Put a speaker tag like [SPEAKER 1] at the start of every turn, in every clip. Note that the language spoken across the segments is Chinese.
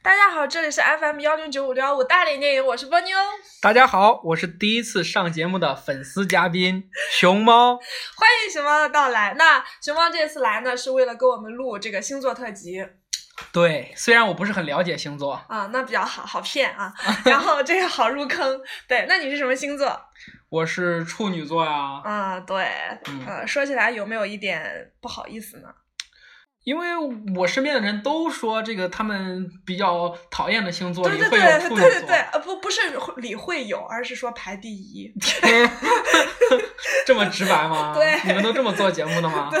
[SPEAKER 1] 大家好，这里是 FM 幺零九五六幺五大连电影，我是波妞，
[SPEAKER 2] 大家好，我是第一次上节目的粉丝嘉宾熊猫。
[SPEAKER 1] 欢迎熊猫的到来。那熊猫这次来呢，是为了跟我们录这个星座特辑
[SPEAKER 2] 对，虽然我不是很了解星座，
[SPEAKER 1] 啊，那比较好好骗 啊，然后这个好入坑。对，那你是什么星座？
[SPEAKER 2] 啊我是处女座呀、
[SPEAKER 1] 啊，对，
[SPEAKER 2] 嗯
[SPEAKER 1] 呃，说起来有没有一点不好意思呢？
[SPEAKER 2] 因为我身边的人都说这个他们比较讨厌的星座
[SPEAKER 1] 对
[SPEAKER 2] 里
[SPEAKER 1] 对
[SPEAKER 2] 会
[SPEAKER 1] 对
[SPEAKER 2] 有处
[SPEAKER 1] 对
[SPEAKER 2] 女
[SPEAKER 1] 对对，
[SPEAKER 2] 座，
[SPEAKER 1] 呃，不不是李慧友，而是说排第 一。
[SPEAKER 2] 这么直白 吗？
[SPEAKER 1] 对
[SPEAKER 2] 你们都这么做节目的吗？
[SPEAKER 1] 对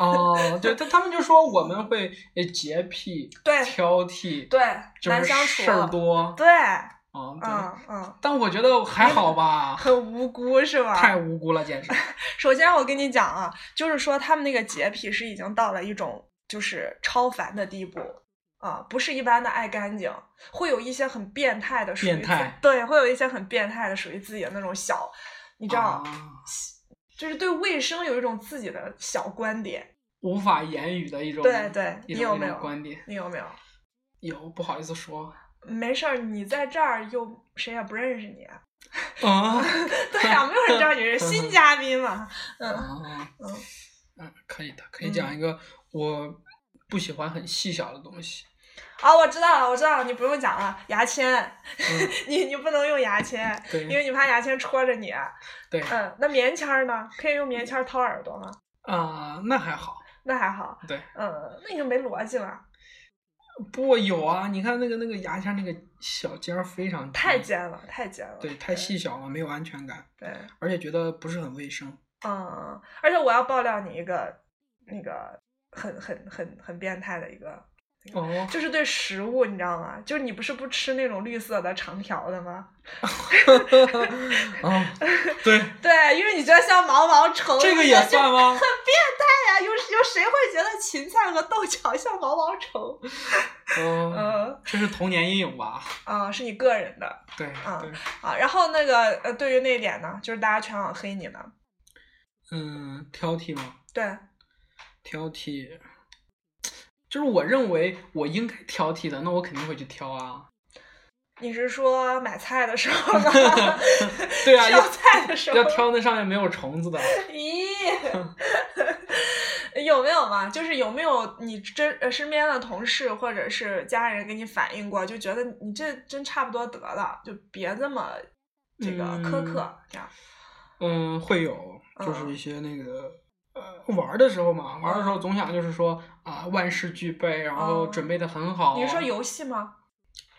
[SPEAKER 2] 哦，对，他他们就说我们会呃洁癖、
[SPEAKER 1] 对
[SPEAKER 2] 挑剔，
[SPEAKER 1] 对，
[SPEAKER 2] 就
[SPEAKER 1] 难
[SPEAKER 2] 是
[SPEAKER 1] 相
[SPEAKER 2] 事儿
[SPEAKER 1] 处。
[SPEAKER 2] 多
[SPEAKER 1] 对，
[SPEAKER 2] 啊、对。
[SPEAKER 1] 嗯嗯，
[SPEAKER 2] 但我觉得还好吧，
[SPEAKER 1] 很无辜是吧？
[SPEAKER 2] 太无辜了，简直。
[SPEAKER 1] 首先，我跟你讲啊，就是说他们那个洁癖是已经到了一种就是超凡的地步啊，不是一般的爱干净，会有一些很变态的，属于
[SPEAKER 2] 变态
[SPEAKER 1] 自对，会有一些很变态的，属于自己的那种小，你知道，
[SPEAKER 2] 啊
[SPEAKER 1] 就是对卫生有一种自己的小观点。
[SPEAKER 2] 无法言语的一种，
[SPEAKER 1] 对对，
[SPEAKER 2] 一
[SPEAKER 1] 你
[SPEAKER 2] 种
[SPEAKER 1] 有
[SPEAKER 2] 一
[SPEAKER 1] 没
[SPEAKER 2] 种
[SPEAKER 1] 有？
[SPEAKER 2] 观点？
[SPEAKER 1] 你有没有？
[SPEAKER 2] 有不好意思说，
[SPEAKER 1] 没事儿，你在这儿又谁也不认识你 啊，
[SPEAKER 2] 啊
[SPEAKER 1] 对呀、没有人知道你是新嘉宾嘛。 嗯
[SPEAKER 2] 啊
[SPEAKER 1] 嗯
[SPEAKER 2] 嗯，可以的，可以讲一个我不喜欢很细小的东西，
[SPEAKER 1] 啊，我知道了，我知道了，你不用讲了，牙签，
[SPEAKER 2] 嗯，
[SPEAKER 1] 你你不能用牙签，因
[SPEAKER 2] 对
[SPEAKER 1] 为你怕牙签戳着你。
[SPEAKER 2] 对
[SPEAKER 1] 嗯，那棉签儿呢？可以用棉签儿掏耳朵吗？
[SPEAKER 2] 啊，那还好，
[SPEAKER 1] 那还好。
[SPEAKER 2] 对，
[SPEAKER 1] 嗯，那你就没逻辑了，
[SPEAKER 2] 不过有啊，你看那个那个牙签那个小尖儿非常
[SPEAKER 1] 太
[SPEAKER 2] 尖，
[SPEAKER 1] 尖了，太尖了。
[SPEAKER 2] 嗯对，太。细小了，没有安全感，
[SPEAKER 1] 对，
[SPEAKER 2] 而且觉得不是很卫生。
[SPEAKER 1] 嗯，而且我要爆料你一个那个很很很很变态的一个。
[SPEAKER 2] 哦，
[SPEAKER 1] 就是对食物，你知道吗？就是你不是不吃那种绿色的长条的吗？
[SPEAKER 2] 啊，对，
[SPEAKER 1] 对，因为你觉得像毛毛虫，
[SPEAKER 2] 这个也 算吗？
[SPEAKER 1] 对呀，有有谁会觉得芹菜和豆角像毛毛虫？
[SPEAKER 2] 嗯，
[SPEAKER 1] 嗯
[SPEAKER 2] 这是童年阴影吧？
[SPEAKER 1] 啊，是你个人的。
[SPEAKER 2] 对
[SPEAKER 1] 嗯
[SPEAKER 2] 对。
[SPEAKER 1] 啊，然后那个呃，对于那一点呢，就是大家全网黑你呢。
[SPEAKER 2] 嗯，挑剔吗？
[SPEAKER 1] 对，
[SPEAKER 2] 挑剔，就是我认为我应该挑剔的，那我肯定会去挑啊。
[SPEAKER 1] 你是说买菜的时候吗？
[SPEAKER 2] 对啊，
[SPEAKER 1] 挑
[SPEAKER 2] 要
[SPEAKER 1] 菜的时候
[SPEAKER 2] 要。挑那上面没有 虫子的。
[SPEAKER 1] 咦，有没有嘛？就是有没有你真呃身边的同事或者是家人给你反映过，就觉得你这真差不多得了，就别这么这个苛刻、这样。
[SPEAKER 2] 嗯，会有，就是一些那个。呃，玩儿的时候嘛，玩儿的时候总想就是说啊、万事俱备，然后
[SPEAKER 1] 嗯
[SPEAKER 2] 准备的很好。
[SPEAKER 1] 你是说？游戏吗？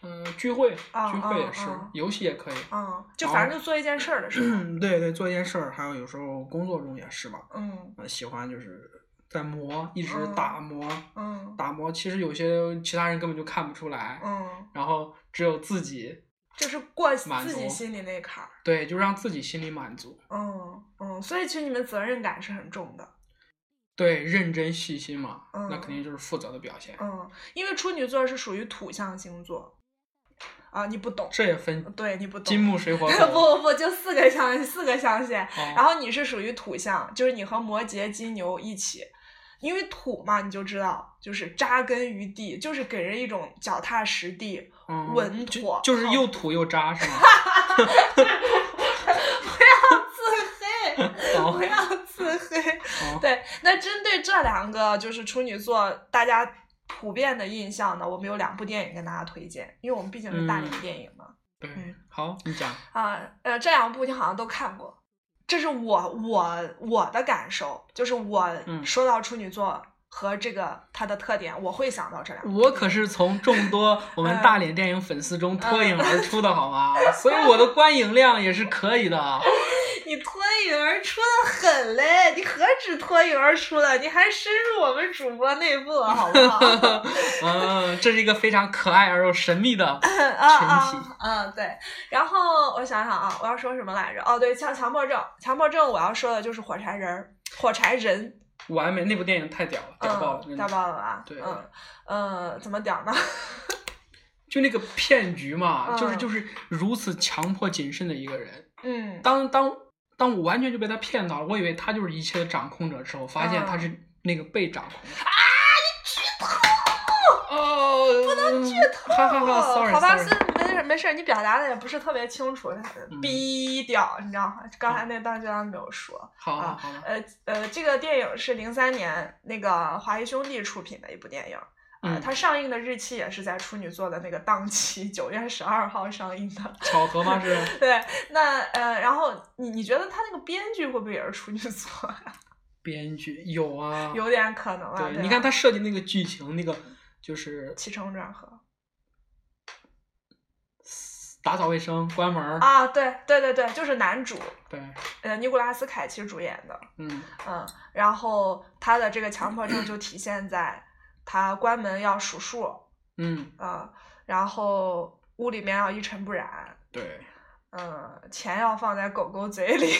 [SPEAKER 2] 嗯、聚会，
[SPEAKER 1] 啊
[SPEAKER 2] 聚会也是，
[SPEAKER 1] 啊啊
[SPEAKER 2] 游戏也可以。嗯
[SPEAKER 1] 嗯，就反
[SPEAKER 2] 哦
[SPEAKER 1] 正就做一件事儿的时候。
[SPEAKER 2] 对对，做一件事儿，还有有时候工作中也是吧。
[SPEAKER 1] 嗯
[SPEAKER 2] 呃，喜欢就是在磨，一直
[SPEAKER 1] 嗯
[SPEAKER 2] 打磨，
[SPEAKER 1] 嗯
[SPEAKER 2] 打磨。其实有些其他人根本就看不出来，
[SPEAKER 1] 嗯，
[SPEAKER 2] 然后只有自己
[SPEAKER 1] 就是过
[SPEAKER 2] 满
[SPEAKER 1] 自己
[SPEAKER 2] 足
[SPEAKER 1] 心里那坎儿。
[SPEAKER 2] 对，就让自己心里满足，
[SPEAKER 1] 嗯嗯，所以其实你们责任感是很重的。
[SPEAKER 2] 对，认真细心嘛，那
[SPEAKER 1] 嗯
[SPEAKER 2] 肯定就是负责的表现。
[SPEAKER 1] 嗯，因为处女座是属于土象星座，啊，你不懂，
[SPEAKER 2] 这也分
[SPEAKER 1] 对你不懂。
[SPEAKER 2] 金木水火
[SPEAKER 1] 嗯不
[SPEAKER 2] 土，
[SPEAKER 1] 不不，就四个象，四个象限。然
[SPEAKER 2] 哦，
[SPEAKER 1] 后你是属于土象，就是你和摩羯、金牛一起，因为土嘛，你就知道，就是扎根于地，就是给人一种脚踏实地。
[SPEAKER 2] 嗯
[SPEAKER 1] 稳
[SPEAKER 2] 就
[SPEAKER 1] 妥
[SPEAKER 2] 就是
[SPEAKER 1] 靠
[SPEAKER 2] 又土又渣是吗？
[SPEAKER 1] 自黑，不
[SPEAKER 2] 哦
[SPEAKER 1] 要自黑。
[SPEAKER 2] 哦，
[SPEAKER 1] 对，那针对这两个就是处女座大家普遍的印象呢，我们有两部电影跟大家推荐，因为我们毕竟是大连
[SPEAKER 2] 嗯
[SPEAKER 1] 电影嘛。
[SPEAKER 2] 对
[SPEAKER 1] 嗯，
[SPEAKER 2] 好，你讲，
[SPEAKER 1] 啊，呃，这两部你好像都看过，这是我我我的感受，就是我
[SPEAKER 2] 嗯
[SPEAKER 1] 说到处女座和这个它的特点，我会想到这两部。
[SPEAKER 2] 我可是从众多我们
[SPEAKER 1] 嗯
[SPEAKER 2] 大脸电影粉丝中脱颖而出的好吗？所以我的观影量也是可以的。啊
[SPEAKER 1] 你脱颖而出的很嘞，你何止脱颖而出了，你还深入我们主播内部，好不好？
[SPEAKER 2] 嗯，这是一个非常可爱而又神秘 的
[SPEAKER 1] 啊
[SPEAKER 2] 群体
[SPEAKER 1] 啊嗯，对。然后我想想啊，我要说什么来着？哦，对，强强迫症，强迫症，我要说的就是火柴人儿，火柴人，
[SPEAKER 2] 完美。那部电影太屌了，屌爆了，
[SPEAKER 1] 嗯，
[SPEAKER 2] 真
[SPEAKER 1] 大
[SPEAKER 2] 的。
[SPEAKER 1] 爆了吧？
[SPEAKER 2] 对
[SPEAKER 1] 嗯，呃，怎么屌呢？
[SPEAKER 2] 就那个骗局嘛，就是
[SPEAKER 1] 嗯
[SPEAKER 2] 就是如此强迫谨慎的一个人。
[SPEAKER 1] 嗯，
[SPEAKER 2] 当当当我完全就被他骗到了，我以为他就是一切的掌控者之后，
[SPEAKER 1] 嗯
[SPEAKER 2] 发现他是那个被掌控。啊！你剧透！哦，不能
[SPEAKER 1] 剧透，
[SPEAKER 2] 哈哈哈，sorry，
[SPEAKER 1] 好吧，
[SPEAKER 2] sorry
[SPEAKER 1] 是没事没事，你表达的也不是特别清楚，
[SPEAKER 2] 嗯
[SPEAKER 1] 逼掉，你知道吗？刚才那段就当没有说。
[SPEAKER 2] 好
[SPEAKER 1] 啊
[SPEAKER 2] 好好吧，
[SPEAKER 1] 呃呃，这个电影是零三年那个华谊兄弟出品的一部电影，呃，
[SPEAKER 2] 嗯，
[SPEAKER 1] 它上映的日期也是在处女座的那个档期，九月十二号上映的。
[SPEAKER 2] 巧合吗？是，
[SPEAKER 1] 对，那呃，然后你你觉得他那个编剧会不会也是处女座？
[SPEAKER 2] 编剧有啊，
[SPEAKER 1] 有点可能啊。
[SPEAKER 2] 对，
[SPEAKER 1] 对
[SPEAKER 2] 你看
[SPEAKER 1] 吧
[SPEAKER 2] 他设计那个剧情，那个就是
[SPEAKER 1] 起承转合
[SPEAKER 2] 打扫卫生、关门儿，
[SPEAKER 1] 啊，对对对对，就是男主，
[SPEAKER 2] 对，
[SPEAKER 1] 呃，尼古拉斯凯奇主演的，
[SPEAKER 2] 嗯，
[SPEAKER 1] 嗯，然后他的这个强迫症就体现在他关门要数数，
[SPEAKER 2] 嗯，
[SPEAKER 1] 嗯，然后屋里面要一尘不染，
[SPEAKER 2] 对，
[SPEAKER 1] 嗯，钱要放在狗狗嘴里，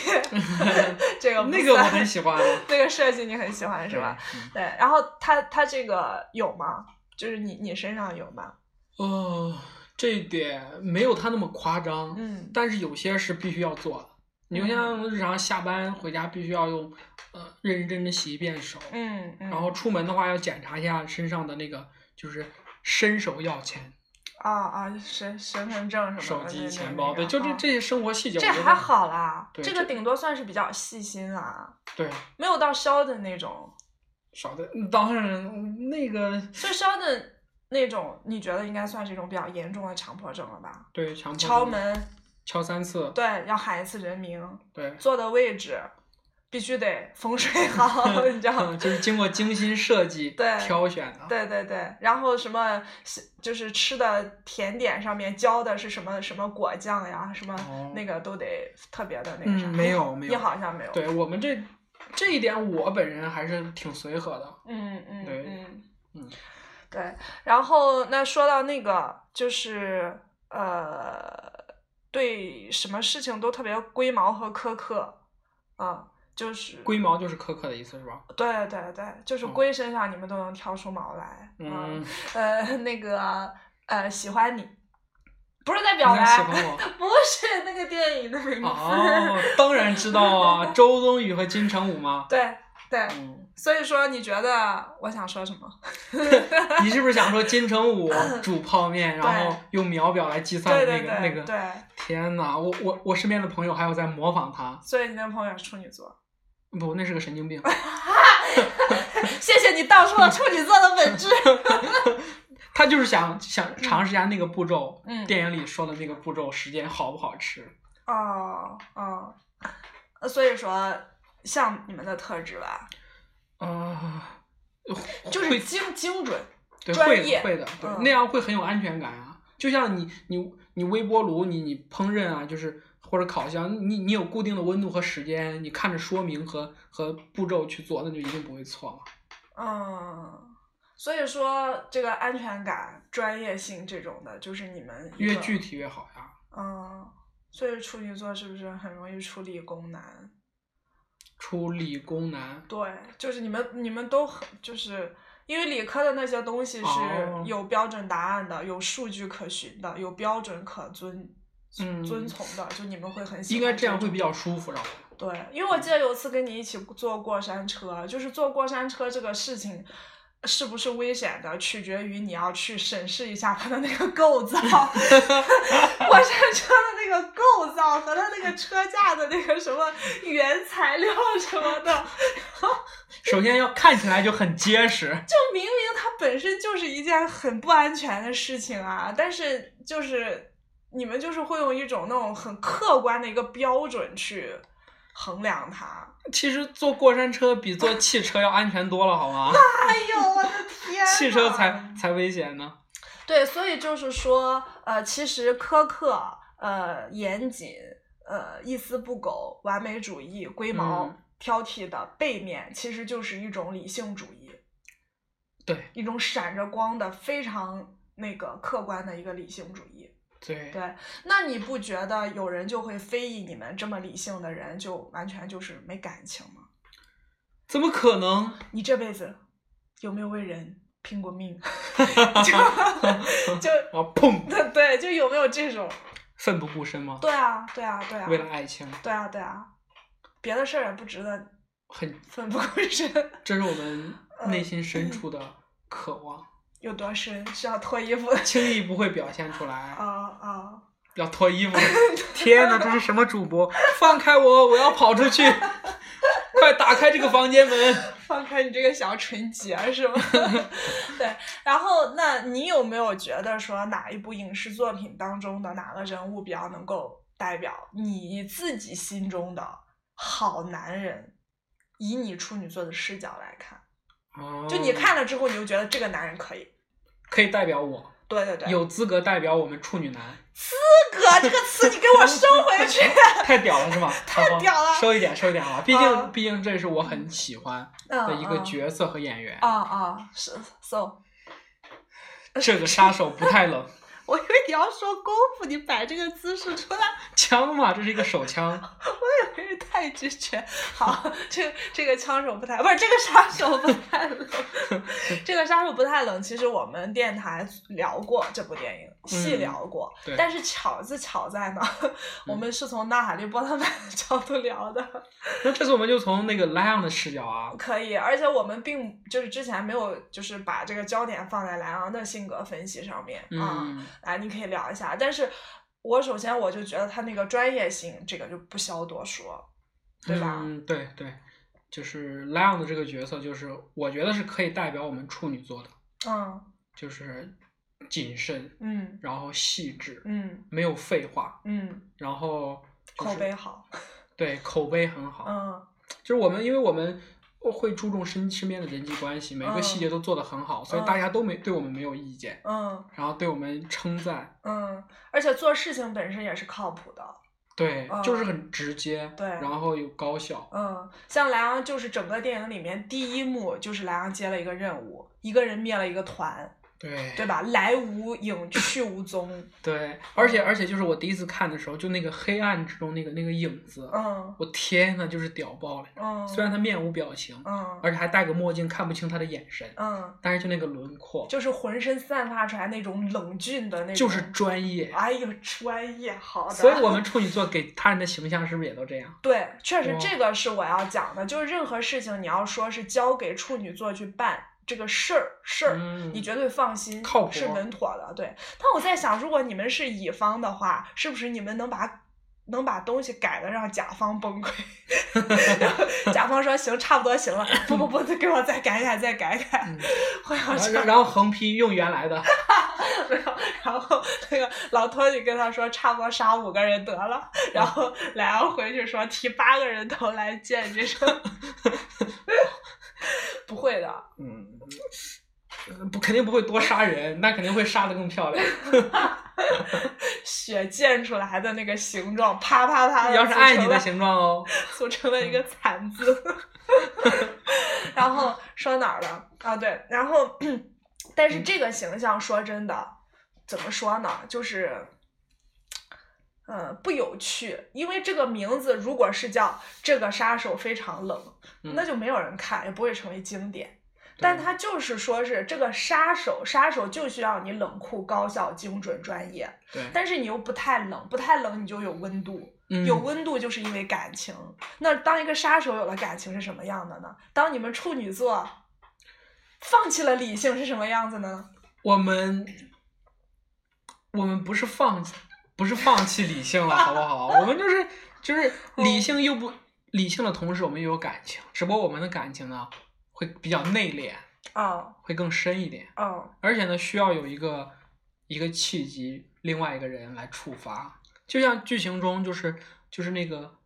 [SPEAKER 1] 这个不
[SPEAKER 2] 那个我
[SPEAKER 1] 算
[SPEAKER 2] 很喜欢，啊
[SPEAKER 1] 那个设计你很喜欢是吧？
[SPEAKER 2] 对？嗯
[SPEAKER 1] 对，然后他他这个有吗？就是你你身上有吗？
[SPEAKER 2] 嗯哦，这一点没有他那么夸张，
[SPEAKER 1] 嗯
[SPEAKER 2] 但是有些是必须要做的。你就像日常下班回家必须要用，呃，认认真真洗一遍手，
[SPEAKER 1] 嗯嗯，
[SPEAKER 2] 然后出门的话要检查一下身上的那个，就是伸手要钱、
[SPEAKER 1] 啊啊身身份证什么的，
[SPEAKER 2] 手机、
[SPEAKER 1] 那
[SPEAKER 2] 钱
[SPEAKER 1] 那
[SPEAKER 2] 包，
[SPEAKER 1] 那
[SPEAKER 2] 对，
[SPEAKER 1] 个
[SPEAKER 2] 就这
[SPEAKER 1] 啊
[SPEAKER 2] 这些生活细节。
[SPEAKER 1] 这
[SPEAKER 2] 我觉得
[SPEAKER 1] 还。好啦，
[SPEAKER 2] 对
[SPEAKER 1] 这个
[SPEAKER 2] 这
[SPEAKER 1] 顶多算是比较细心啦，
[SPEAKER 2] 对，
[SPEAKER 1] 没有到 Sheldon 那种，
[SPEAKER 2] 少的嗯当然那个
[SPEAKER 1] 就 Sheldon 那种，你觉得应该算是一种比较严重的强迫症了吧？
[SPEAKER 2] 对强迫
[SPEAKER 1] 敲
[SPEAKER 2] 症
[SPEAKER 1] 门，
[SPEAKER 2] 敲三次，
[SPEAKER 1] 对，要喊一次人名，
[SPEAKER 2] 对，
[SPEAKER 1] 坐的位置必须得风水好， 你 知道吗？
[SPEAKER 2] 就是经过精心设计、
[SPEAKER 1] 对
[SPEAKER 2] 挑选的。
[SPEAKER 1] 对对对，然后什么是就是吃的甜点上面浇的是什么什么果酱呀，什么
[SPEAKER 2] 哦
[SPEAKER 1] 那个都得特别的那个啥。
[SPEAKER 2] 嗯，没有没
[SPEAKER 1] 你
[SPEAKER 2] 有，
[SPEAKER 1] 好像没有。
[SPEAKER 2] 对我们这这一点，我本人还是挺随和的。
[SPEAKER 1] 嗯嗯
[SPEAKER 2] 对
[SPEAKER 1] 嗯
[SPEAKER 2] 嗯，
[SPEAKER 1] 对。然后那说到那个，就是呃，对什么事情都特别龟毛和苛刻，啊，就是
[SPEAKER 2] 龟毛就是苛刻的意思是吧？
[SPEAKER 1] 对对对，就是
[SPEAKER 2] 嗯
[SPEAKER 1] 龟身上你们都能挑出毛来，
[SPEAKER 2] 嗯，
[SPEAKER 1] 呃，那个呃，喜欢你，不是在表
[SPEAKER 2] 应该喜
[SPEAKER 1] 白，
[SPEAKER 2] 欢我。
[SPEAKER 1] 不是那个电影的名字，
[SPEAKER 2] 哦，当然知道啊，周冬雨和金城武吗？
[SPEAKER 1] 对对，
[SPEAKER 2] 嗯，
[SPEAKER 1] 所以说你觉得我想说什么？
[SPEAKER 2] 你是不是想说金城武煮泡面，然后用秒表来计算
[SPEAKER 1] 对
[SPEAKER 2] 那
[SPEAKER 1] 对
[SPEAKER 2] 个
[SPEAKER 1] 对、
[SPEAKER 2] 那个？
[SPEAKER 1] 对，
[SPEAKER 2] 天哪，我我我身边的朋友还有在模仿他，
[SPEAKER 1] 所以你那朋友也是处女座，
[SPEAKER 2] 不，那是个神经病。
[SPEAKER 1] 谢谢你道出了处女座的本质。
[SPEAKER 2] 他就是想想尝试一下那个步骤，
[SPEAKER 1] 嗯
[SPEAKER 2] 电影里说的那个步骤时间好不好吃？
[SPEAKER 1] 哦哦，呃所以说像你们的特质吧，
[SPEAKER 2] 啊、
[SPEAKER 1] 就
[SPEAKER 2] 会
[SPEAKER 1] 是精精准。
[SPEAKER 2] 对
[SPEAKER 1] 专
[SPEAKER 2] 会
[SPEAKER 1] 业
[SPEAKER 2] 的会的，对、
[SPEAKER 1] 嗯
[SPEAKER 2] 那样会很有安全感啊。就像你你你微波炉，你你烹饪啊，就是或者烤箱，你你有固定的温度和时间，你看着说明和和步骤去做，那就一定不会错嘛。
[SPEAKER 1] 嗯，所以说这个安全感、专业性这种的，就是你们一
[SPEAKER 2] 越
[SPEAKER 1] 个
[SPEAKER 2] 具体越好呀。
[SPEAKER 1] 嗯，所以处女座是不是很容易出理工男？
[SPEAKER 2] 出理工男，
[SPEAKER 1] 对，就是你们你们都很就是。因为理科的那些东西
[SPEAKER 2] 哦
[SPEAKER 1] 是有标准答案的，有数据可循的，有标准可遵、
[SPEAKER 2] 嗯
[SPEAKER 1] 遵从的，就你们会很喜
[SPEAKER 2] 应
[SPEAKER 1] 欢。
[SPEAKER 2] 该这样会比较舒服，让我。
[SPEAKER 1] 对，因为我记得有一次跟你一起坐过山车，就是坐过山车这个事情是不是危险的，取决于你要去审视一下它的那个构造，过 山车的那个构造和它那个车架的那个什么原材料什么的，
[SPEAKER 2] 首先要看起来就很结实，
[SPEAKER 1] 就明明它本身就是一件很不安全的事情啊，但是就是你们就是会用一种那种很客观的一个标准去衡量它。
[SPEAKER 2] 其实坐过山车比坐汽车要安全多了，好 吗？
[SPEAKER 1] 哎呦，我的天呐！
[SPEAKER 2] 汽车才才危险呢。
[SPEAKER 1] 对，所以就是说，呃，其实苛刻、呃，严谨、呃，一丝不苟、完美主义、龟毛、
[SPEAKER 2] 嗯
[SPEAKER 1] 挑剔的背面，其实就是一种理性主义，
[SPEAKER 2] 对
[SPEAKER 1] 一种闪着光的、非常那个客观的一个理性主义。
[SPEAKER 2] 对
[SPEAKER 1] 对，那你不觉得有人就会非议你们这么理性的人就完全就是没感情吗？
[SPEAKER 2] 怎么可能？啊
[SPEAKER 1] 你这辈子有没有为人拼过命？ 就就
[SPEAKER 2] 然后砰，
[SPEAKER 1] 对对，就有没有这种？
[SPEAKER 2] 奋不顾身吗？
[SPEAKER 1] 对啊，对啊，对啊，
[SPEAKER 2] 为了爱情，
[SPEAKER 1] 对啊，对啊，别的事儿也不值得
[SPEAKER 2] 很，
[SPEAKER 1] 奋不顾身。嗯
[SPEAKER 2] 这是我们内心深处的渴望。
[SPEAKER 1] 有多深，需要脱衣服的。
[SPEAKER 2] 轻易不会表现出来。
[SPEAKER 1] 啊啊！
[SPEAKER 2] 要脱衣服了， 天哪，这是什么主播？放开我，我要跑出去！ 快打开这个房间门。
[SPEAKER 1] 放开你这个小纯洁是吗？ 对，然后那你有没有觉得说哪一部影视作品当中的哪个人物比较能够代表你自己心中的好男人？以你处女座的视角来看，
[SPEAKER 2] 哦
[SPEAKER 1] 就你看了之后，你就觉得这个男人可以。
[SPEAKER 2] 可以代表我，
[SPEAKER 1] 对对对，
[SPEAKER 2] 有资格代表我们处女男，
[SPEAKER 1] 资格这个词，你给我收回 去。
[SPEAKER 2] 太屌了是 吧？太
[SPEAKER 1] 屌了
[SPEAKER 2] 收一点，收一点啊！毕
[SPEAKER 1] 啊
[SPEAKER 2] 竟，毕竟这是我很喜欢
[SPEAKER 1] 嗯
[SPEAKER 2] 的一个角色和演员。
[SPEAKER 1] 啊啊，是 so，
[SPEAKER 2] 这个杀手不 太冷，
[SPEAKER 1] 我以为你要说功夫，你摆这个姿势出来，
[SPEAKER 2] 枪嘛，这是一个手枪，
[SPEAKER 1] 我以为是太极拳。好，这这个枪手不太，不是这个杀手不太冷， 这个杀手不太冷。其实我们电台聊过这部电影，细聊过，
[SPEAKER 2] 嗯对嗯
[SPEAKER 1] 但是巧是巧在呢， 我们是从纳哈利波特曼的角度聊的。
[SPEAKER 2] 那这次我们就从那个莱昂的视角啊，
[SPEAKER 1] 可以，而且我们并就是之前没有就是把这个焦点放在莱昂的性格分析上面啊，
[SPEAKER 2] 嗯，
[SPEAKER 1] 来你可以聊一下。但是我首先我就觉得他那个专业性这个就不消多说，对吧？
[SPEAKER 2] 嗯，对对，就是莱昂的这个角色，就是我觉得是可以代表我们处女座的，
[SPEAKER 1] 嗯
[SPEAKER 2] 就是谨慎，
[SPEAKER 1] 嗯
[SPEAKER 2] 然后细致，
[SPEAKER 1] 嗯
[SPEAKER 2] 没有废话，
[SPEAKER 1] 嗯，
[SPEAKER 2] 然后就是
[SPEAKER 1] 口碑好，
[SPEAKER 2] 对口碑很好，
[SPEAKER 1] 嗯
[SPEAKER 2] 就是我们，因为我们会注重身身边的人际关系，每个细节都做得很好，所以大家都没对我们没有意见，
[SPEAKER 1] 嗯
[SPEAKER 2] 然后对我们称赞，
[SPEAKER 1] 嗯，而且做事情本身也是靠谱的，
[SPEAKER 2] 对，
[SPEAKER 1] 嗯
[SPEAKER 2] 就是很直接，
[SPEAKER 1] 对
[SPEAKER 2] 然后又高效，
[SPEAKER 1] 嗯，像莱昂就是整个电影里面第一幕就是莱昂接了一个任务，一个人灭了一个团，
[SPEAKER 2] 对
[SPEAKER 1] 对吧？来无影去无踪，
[SPEAKER 2] 对而且而且就是我第一次看的时候，就那个黑暗之中那个那个影子，啊
[SPEAKER 1] 嗯。
[SPEAKER 2] 我天呐，就是屌爆了，
[SPEAKER 1] 嗯，
[SPEAKER 2] 虽然他面无表情，
[SPEAKER 1] 嗯
[SPEAKER 2] 而且还戴个墨镜，看不清他的眼神，
[SPEAKER 1] 嗯，
[SPEAKER 2] 但是就那个轮廓，
[SPEAKER 1] 就是浑身散发出来那种冷峻的那种，
[SPEAKER 2] 就是专业。
[SPEAKER 1] 哎呦，专业好的。
[SPEAKER 2] 所以，我们处女座给他人的形象是不是也都这样？
[SPEAKER 1] 对，确实
[SPEAKER 2] 哇
[SPEAKER 1] 这个是我要讲的，就是任何事情你要说是交给处女座去办这个事儿事儿。
[SPEAKER 2] 嗯，
[SPEAKER 1] 你绝对放心，
[SPEAKER 2] 靠谱
[SPEAKER 1] 是稳妥的，对。但我在想，如果你们是乙方的话，是不是你们能把能把东西改的让甲方崩溃？ 甲方说行，差不多行了，不不不，给我再改改，再改改。
[SPEAKER 2] 嗯
[SPEAKER 1] 我想
[SPEAKER 2] 然
[SPEAKER 1] 这
[SPEAKER 2] 后然后横批用原来的，
[SPEAKER 1] 没有，然后那个老托就跟他说，差不多杀五个人得 了。然后莱昂回去说，提八个人头来见这种。 不会的，
[SPEAKER 2] 嗯，不肯定不会多杀人，那肯定会杀的更漂亮。
[SPEAKER 1] 血溅出来的那个形状，啪啪啪的，
[SPEAKER 2] 要是爱你的形状哦，
[SPEAKER 1] 组成了一个惨字。 然后说哪儿了？啊，对，然后，但是这个形象说真的，怎么说呢？就是，呃，不有趣，因为这个名字如果是叫这个杀手非常冷，
[SPEAKER 2] 嗯
[SPEAKER 1] 那就没有人看，也不会成为经典。但他就是说是这个杀手，杀手就需要你冷酷、高效、精准、专业，
[SPEAKER 2] 对，
[SPEAKER 1] 但是你又不太冷，不太冷你就有温度。
[SPEAKER 2] 嗯
[SPEAKER 1] 有温度就是因为感情。那当一个杀手有了感情是什么样的呢？当你们处女座放弃了理性是什么样子呢？
[SPEAKER 2] 我们我们不是放不是放弃理性了，好不好？我们就是就是
[SPEAKER 1] 嗯
[SPEAKER 2] 理性又不理性的同时，我们又有感情，只不过我们的感情呢会比较内敛，
[SPEAKER 1] 哦
[SPEAKER 2] 会更深一点，
[SPEAKER 1] 哦
[SPEAKER 2] 而且呢需要有一个一个契机，另外一个人来触发。就像剧情中就是就是那个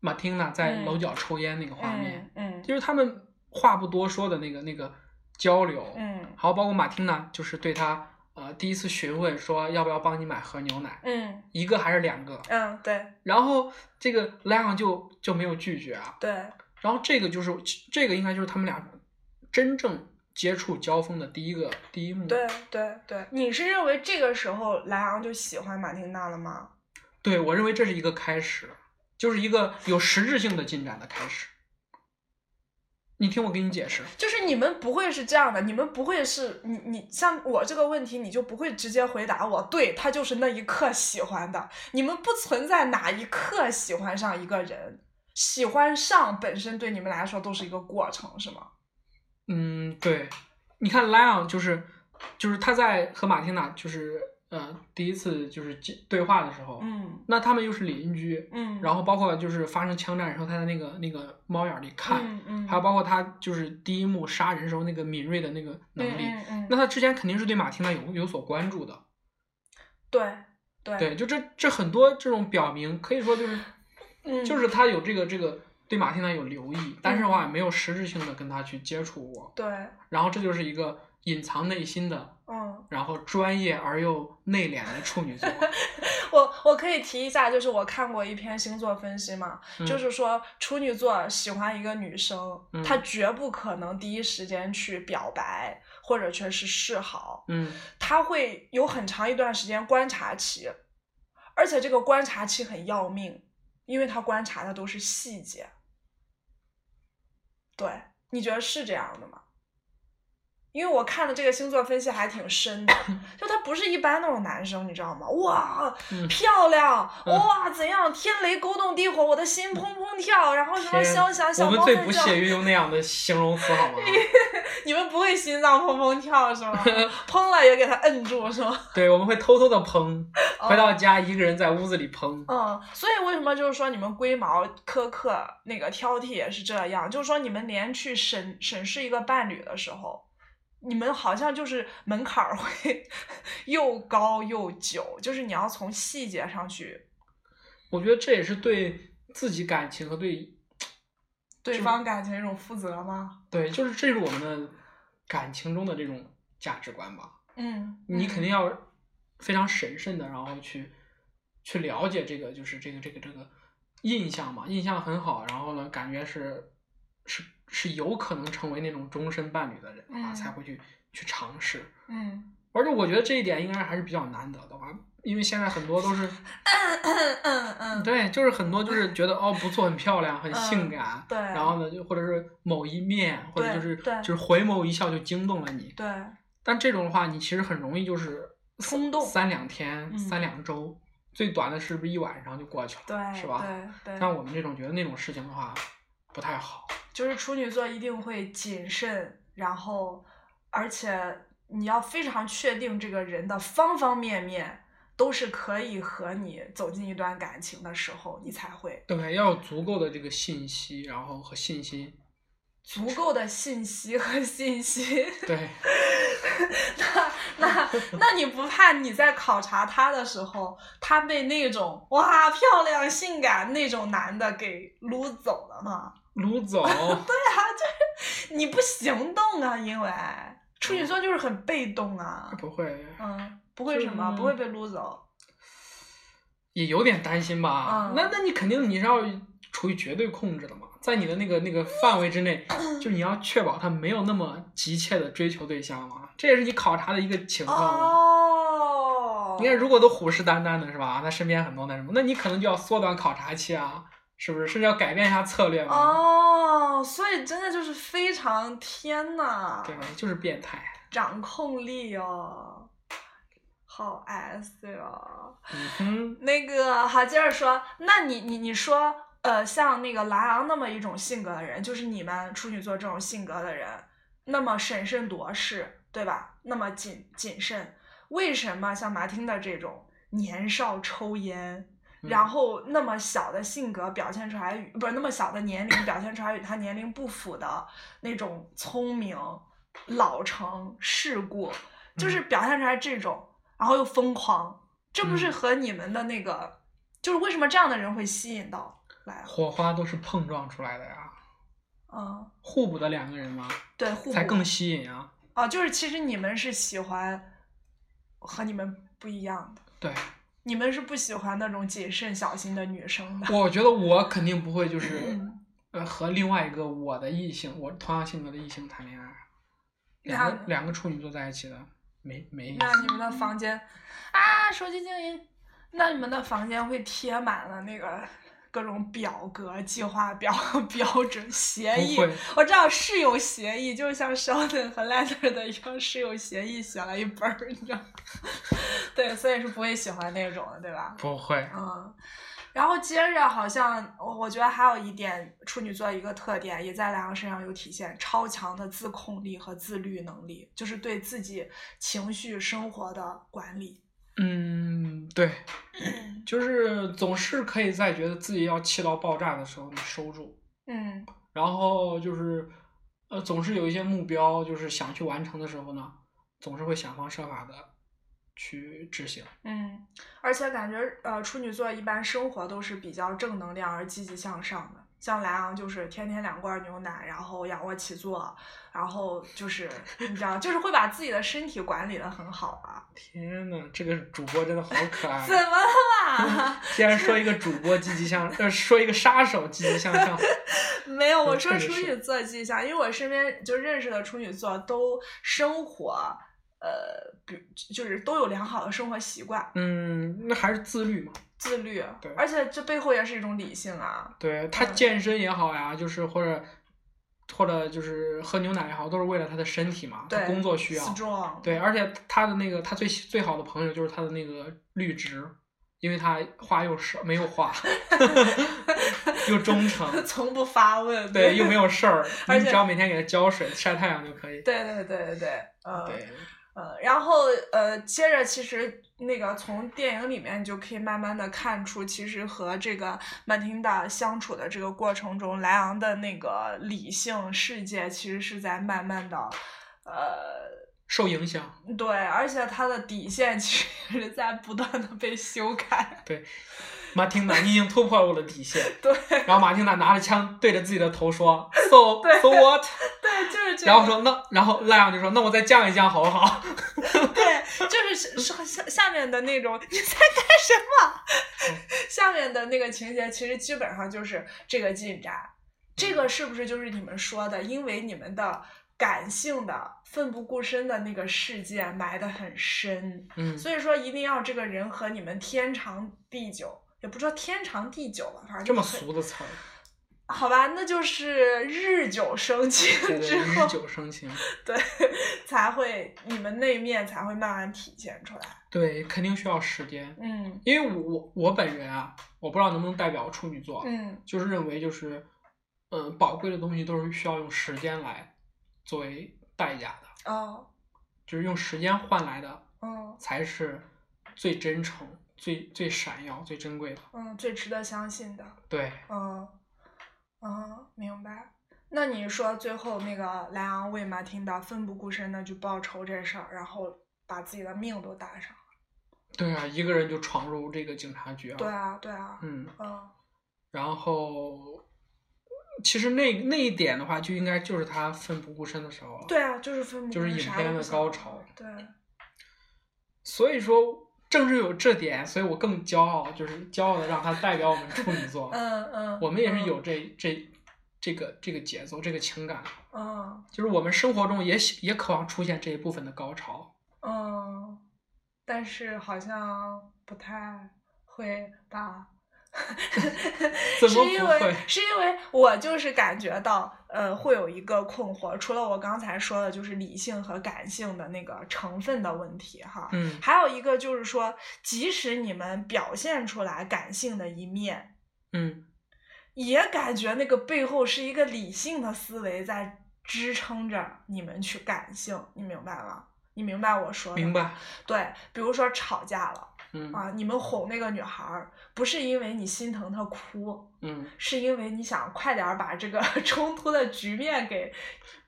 [SPEAKER 2] 马汀娜在
[SPEAKER 1] 嗯
[SPEAKER 2] 楼角抽烟那个画面，
[SPEAKER 1] 嗯嗯
[SPEAKER 2] 就是他们话不多说的那个那个交流，
[SPEAKER 1] 嗯
[SPEAKER 2] 还有包括马汀娜，就是对他呃第一次询问说要不要帮你买盒牛奶，
[SPEAKER 1] 嗯
[SPEAKER 2] 一个还是两个，
[SPEAKER 1] 嗯，对
[SPEAKER 2] 然后这个莱昂就就没有拒绝啊，
[SPEAKER 1] 对，
[SPEAKER 2] 然后这个就是这个应该就是他们俩真正接触交锋的第一个第一幕，
[SPEAKER 1] 对对对，你是认为这个时候莱昂就喜欢马丁娜了吗？
[SPEAKER 2] 对我认为这是一个开始，就是一个有实质性的进展的开始。你听我给你解释，
[SPEAKER 1] 就是你们不会是这样的，你们不会是你你像我这个问题，你就不会直接回答我，对他就是那一刻喜欢的。你们不存在哪一刻喜欢上一个人，喜欢上本身对你们来说都是一个过程，是吗？
[SPEAKER 2] 嗯，对，你看莱昂就是就是他在和马蒂娜就是呃第一次就是接对话的时候，
[SPEAKER 1] 嗯
[SPEAKER 2] 那他们又是邻居，
[SPEAKER 1] 嗯，
[SPEAKER 2] 然后包括就是发生枪战的时候，他在那个那个猫眼里看，
[SPEAKER 1] 嗯嗯，
[SPEAKER 2] 还有包括他就是第一幕杀人时候那个敏锐的那个能力，
[SPEAKER 1] 嗯嗯
[SPEAKER 2] 那
[SPEAKER 1] 嗯，
[SPEAKER 2] 他之前肯定是对马蒂娜有有所关注的。
[SPEAKER 1] 对对
[SPEAKER 2] 对，就这这很多这种表明，可以说就是
[SPEAKER 1] 嗯
[SPEAKER 2] 就是他有这个这个对马蒂娜有留意，但是的
[SPEAKER 1] 嗯
[SPEAKER 2] 话没有实质性的跟他去接触过。
[SPEAKER 1] 对，
[SPEAKER 2] 然后这就是一个隐藏内心的，
[SPEAKER 1] 嗯，
[SPEAKER 2] 然后专业而又内敛的 处女座。
[SPEAKER 1] 我我可以提一下，就是我看过一篇星座分析嘛，就是说处女座喜欢一个女生，
[SPEAKER 2] 嗯
[SPEAKER 1] 她绝不可能第一时间去表白或者去是示好，
[SPEAKER 2] 嗯
[SPEAKER 1] 她会有很长一段时间观察期，而且这个观察期很要命，因为她观察的都是细节。对，你觉得是这样的吗？因为我看的这个星座分析还挺深 的，就他不是一般那种男生，你知道吗？哇，
[SPEAKER 2] 嗯
[SPEAKER 1] 漂亮，
[SPEAKER 2] 嗯
[SPEAKER 1] 哇，怎样？天雷勾动地火，我的心砰砰跳，然后什么
[SPEAKER 2] 天
[SPEAKER 1] 香想
[SPEAKER 2] 我
[SPEAKER 1] 啊小
[SPEAKER 2] 们
[SPEAKER 1] 猫
[SPEAKER 2] 最
[SPEAKER 1] 在
[SPEAKER 2] 不
[SPEAKER 1] 叫。
[SPEAKER 2] 屑 于用那样的形容词，好吗？
[SPEAKER 1] 你们不会心脏砰砰跳是吗？砰了也给他摁住是吗？
[SPEAKER 2] 对，我们会偷偷的喷，
[SPEAKER 1] 哦
[SPEAKER 2] 回到家一个人在屋子里喷。
[SPEAKER 1] 嗯，所以为什么就是说你们龟毛、苛刻、那个挑剔也是这样？就是说你们连去审审视一个伴侣的时候，你们好像就是门槛儿会又高又久，就是你要从细节上去
[SPEAKER 2] 我觉得这也是对自己感情和对
[SPEAKER 1] 对方感情一种负责吗？
[SPEAKER 2] 对，就是这是我们的感情中的这种价值观吧。
[SPEAKER 1] 嗯，
[SPEAKER 2] 你
[SPEAKER 1] 嗯
[SPEAKER 2] 肯定要非常神慎的，然后去去了解这个，就是这个这个这个印象嘛，印象很好，然后呢，感觉是是是有可能成为那种终身伴侣的人啊，
[SPEAKER 1] 嗯
[SPEAKER 2] 才会去去尝试。
[SPEAKER 1] 嗯
[SPEAKER 2] 而且我觉得这一点应该还是比较难得的吧，因为现在很多都 是
[SPEAKER 1] 嗯嗯嗯，
[SPEAKER 2] 对，就是很多就是觉得哦不错，很漂亮，很性感，
[SPEAKER 1] 对
[SPEAKER 2] 然后呢，就或者是某一面，或者
[SPEAKER 1] 对
[SPEAKER 2] 就是
[SPEAKER 1] 对
[SPEAKER 2] 就是回眸一笑就惊动了你，
[SPEAKER 1] 对，
[SPEAKER 2] 但这种的话，你其实很容易就是
[SPEAKER 1] 冲动
[SPEAKER 2] 三两天、
[SPEAKER 1] 嗯
[SPEAKER 2] 三两周，最短的是不是一晚上就过去了，
[SPEAKER 1] 对，
[SPEAKER 2] 是吧？
[SPEAKER 1] 对对，
[SPEAKER 2] 像我们这种觉得那种事情的话，不太好。
[SPEAKER 1] 就是处女座一定会谨慎，然后而且你要非常确定这个人的方方面面都是可以和你走进一段感情的时候，你才会
[SPEAKER 2] 对，要有足够的这个信息，然后和信心。
[SPEAKER 1] 足够的信息和信心。
[SPEAKER 2] 对，
[SPEAKER 1] 那 那那你不怕你在考察他的时候，他被那种哇漂亮性感那种男的给撸走了吗？
[SPEAKER 2] 卢总，
[SPEAKER 1] 对啊，就是 你不行动啊，因为处女座就是很被动啊。
[SPEAKER 2] 不会，
[SPEAKER 1] 嗯，不会什么，
[SPEAKER 2] 就是
[SPEAKER 1] 不会被撸走。
[SPEAKER 2] 也有点担心吧？
[SPEAKER 1] 嗯
[SPEAKER 2] 那那你肯定你是要处于绝对控制的嘛，在你的那个那个范围之 内，就你要确保他没有那么急切的追求对象嘛，这也是你考察的一个情况嘛。
[SPEAKER 1] 哦，
[SPEAKER 2] 嗯你看，如果都虎视眈眈的是吧？他身边很多那什么，那你可能就要缩短考察期啊，是不是？甚至要改变一下策略嘛？
[SPEAKER 1] 哦，所以真的就是非常天呐，
[SPEAKER 2] 对，就是变态。
[SPEAKER 1] 掌控力哦，好 S 哦哟。
[SPEAKER 2] 嗯哼，
[SPEAKER 1] 那个好，接着说，那你你你说，呃，像那个蓝昂那么一种性格的人，就是你们处女座这种性格的人，那么审慎夺事，对吧？那么谨谨慎，为什么像马汀的这种年少抽烟，
[SPEAKER 2] 嗯
[SPEAKER 1] 然后那么小的性格表现出来与，不是那么小的年龄表现出来与他年龄不符的那种聪明、老成、世故，就是
[SPEAKER 2] 嗯
[SPEAKER 1] 表现出来这种，然后又疯狂，这不是
[SPEAKER 2] 嗯
[SPEAKER 1] 和你们的那个，就是为什么这样的人会吸引到来？
[SPEAKER 2] 嗯火花都是碰撞出来的呀，
[SPEAKER 1] 嗯，
[SPEAKER 2] 互补的两个人嘛，
[SPEAKER 1] 对，互补
[SPEAKER 2] 才更吸引啊。
[SPEAKER 1] 啊，就是其实你们是喜欢和你们不一样的，
[SPEAKER 2] 对，
[SPEAKER 1] 你们是不喜欢那种谨慎小心的女生的。嗯
[SPEAKER 2] 我觉得我肯定不 会就是，呃，和另外一个我的异性，我同样性格的异性谈恋爱，两
[SPEAKER 1] 那
[SPEAKER 2] 个两个处女座在一起的，没没意思。
[SPEAKER 1] 那你们的房间啊，手机静音，那你们的房间会贴满了那个各种表格、计划表、 标准协议
[SPEAKER 2] 不。会，
[SPEAKER 1] 我知道室友协议，就是像 Sheldon 和 Leonard 的一样，室友协议写了一本 儿，你知道吗？对，所以是不会喜欢那种的，对吧？
[SPEAKER 2] 不会。
[SPEAKER 1] 嗯，然后接着好像我我觉得还有一点处女座一个特点，也在莱昂身上有体现，超强的自控力和自律能力，就是对自己情绪生活的管理。
[SPEAKER 2] 嗯， 对，就是总是可以在觉得自己要气到爆炸的时候你收住，
[SPEAKER 1] 嗯
[SPEAKER 2] 然后就是呃，总是有一些目标，就是想去完成的时候呢，总是会想方设法的去执行。
[SPEAKER 1] 嗯，而且感觉呃处女座一般生活都是比较正能量而积极向上的。像莱昂就是天天两罐牛奶，然后仰卧起坐，然后就是你知道，就是会把自己的身体管理的很好吧？
[SPEAKER 2] 天呐，这个主播真的好可 爱啊
[SPEAKER 1] 怎！么了嘛？
[SPEAKER 2] 竟然说一个主播积极向，呃，说一个杀手积极向上。
[SPEAKER 1] 没有，我
[SPEAKER 2] 对
[SPEAKER 1] 说
[SPEAKER 2] 确实
[SPEAKER 1] 处
[SPEAKER 2] 是
[SPEAKER 1] 女座迹象，因为我身边就认识的处女座都生活，呃，比就是都有良好的生活习惯、
[SPEAKER 2] 嗯，那还是自律嘛。
[SPEAKER 1] 自律
[SPEAKER 2] 对，
[SPEAKER 1] 而且这背后也是一种理性啊。
[SPEAKER 2] 对他
[SPEAKER 1] 嗯
[SPEAKER 2] 健身也好呀，就是或者或者就是喝牛奶也好，都是为了他的身体嘛，他
[SPEAKER 1] 对，
[SPEAKER 2] 工作需要。
[SPEAKER 1] strong，
[SPEAKER 2] 对，啊而且他的那个他最最好的朋友就是他的那个绿植，因为他话又少，没有话， 又忠诚，
[SPEAKER 1] 从不发问。
[SPEAKER 2] 对，又没有 事儿，
[SPEAKER 1] 而
[SPEAKER 2] 你
[SPEAKER 1] 且
[SPEAKER 2] 只要每天给他浇水、晒太阳就可以。
[SPEAKER 1] 对对对对对，呃
[SPEAKER 2] 对，
[SPEAKER 1] 呃，然后呃，接着其实那个从电影里面你就可以慢慢的看出，其实和这个曼婷达相处的这个过程中，莱昂的那个理性世界其实是在慢慢的，呃，
[SPEAKER 2] 受影响。
[SPEAKER 1] 对，而且他的底线其实是在不断的被修改，
[SPEAKER 2] 马汀达，你已经突破了我的底线。
[SPEAKER 1] 对
[SPEAKER 2] 然后马汀达拿着枪对着自己的头说：“So
[SPEAKER 1] 对
[SPEAKER 2] so what？”
[SPEAKER 1] 对，就是这
[SPEAKER 2] 然后
[SPEAKER 1] 样，
[SPEAKER 2] 说那，然后赖昂就说：“那我再降一降好不 好
[SPEAKER 1] 对，就是上下下面的那种你在干什么？ 下面的那个情节其实基本上就是这个进展，这个是不是就是你们说的？因为你们的感性的、奋不顾身的那个世界埋得很深，？”
[SPEAKER 2] 嗯，
[SPEAKER 1] 所以说一定要这个人和你们天长地久，也不说天长地久吧，反正
[SPEAKER 2] 这么
[SPEAKER 1] 就是很
[SPEAKER 2] 俗 的词儿，
[SPEAKER 1] 好吧，那就是日久生情
[SPEAKER 2] 对对，
[SPEAKER 1] 之
[SPEAKER 2] 日
[SPEAKER 1] 后，
[SPEAKER 2] 久生情。
[SPEAKER 1] 对， 才会你们那一面才会慢慢体现出来。
[SPEAKER 2] 对，肯定需要时间，
[SPEAKER 1] 嗯
[SPEAKER 2] 因为我我我本人啊，我不知道能不能代表处女座，
[SPEAKER 1] 嗯
[SPEAKER 2] 就是认为就是，呃，宝贵的东西都是需要用时间来作为代价的，
[SPEAKER 1] 哦
[SPEAKER 2] 就是用时间换来的
[SPEAKER 1] 嗯
[SPEAKER 2] 才是最真诚、最最闪耀、最珍贵的。
[SPEAKER 1] 嗯，最值得相信的。
[SPEAKER 2] 对，
[SPEAKER 1] 嗯，嗯，明白。那你说最后那个莱昂为马汀达奋不顾身的去报仇这事儿，然后把自己的命都搭上。
[SPEAKER 2] 对啊，一个人就闯入这个警察局啊，
[SPEAKER 1] 对啊，对啊，
[SPEAKER 2] 嗯，
[SPEAKER 1] 嗯
[SPEAKER 2] 然后其实那那一点的话，就应该就是他奋不顾身的时候了。
[SPEAKER 1] 对啊，就是奋不
[SPEAKER 2] 就
[SPEAKER 1] 顾
[SPEAKER 2] 是
[SPEAKER 1] 身，
[SPEAKER 2] 影
[SPEAKER 1] 啥
[SPEAKER 2] 片
[SPEAKER 1] 都不
[SPEAKER 2] 的
[SPEAKER 1] 想
[SPEAKER 2] 高
[SPEAKER 1] 了
[SPEAKER 2] 潮
[SPEAKER 1] 对，
[SPEAKER 2] 所以说，正是有这点，所以我更骄傲，就是骄傲的让他代表我们处女座。
[SPEAKER 1] 嗯嗯，
[SPEAKER 2] 我们也是
[SPEAKER 1] 嗯
[SPEAKER 2] 有这这这个这个节奏，这个情感，
[SPEAKER 1] 嗯
[SPEAKER 2] 就是我们生活中也喜也渴望出现这一部分的高潮。
[SPEAKER 1] 嗯，但是好像不太会吧。
[SPEAKER 2] 怎么
[SPEAKER 1] 是因
[SPEAKER 2] 不
[SPEAKER 1] 为
[SPEAKER 2] 会
[SPEAKER 1] 是因为我就是感觉到，呃，会有一个困惑，除了我刚才说的，就是理性和感性的那个成分的问题哈，
[SPEAKER 2] 嗯，
[SPEAKER 1] 还有一个就是说，即使你们表现出来感性的一面，
[SPEAKER 2] 嗯，
[SPEAKER 1] 也感觉那个背后是一个理性的思维在支撑着你们去感性，你明白吗？你明白我说的？
[SPEAKER 2] 明。白。
[SPEAKER 1] 对，比如说吵架了
[SPEAKER 2] 嗯
[SPEAKER 1] 啊，你们哄那个女孩儿，不是因为你心疼她哭，
[SPEAKER 2] 嗯，
[SPEAKER 1] 是因为你想快点儿把这个 冲突的局面给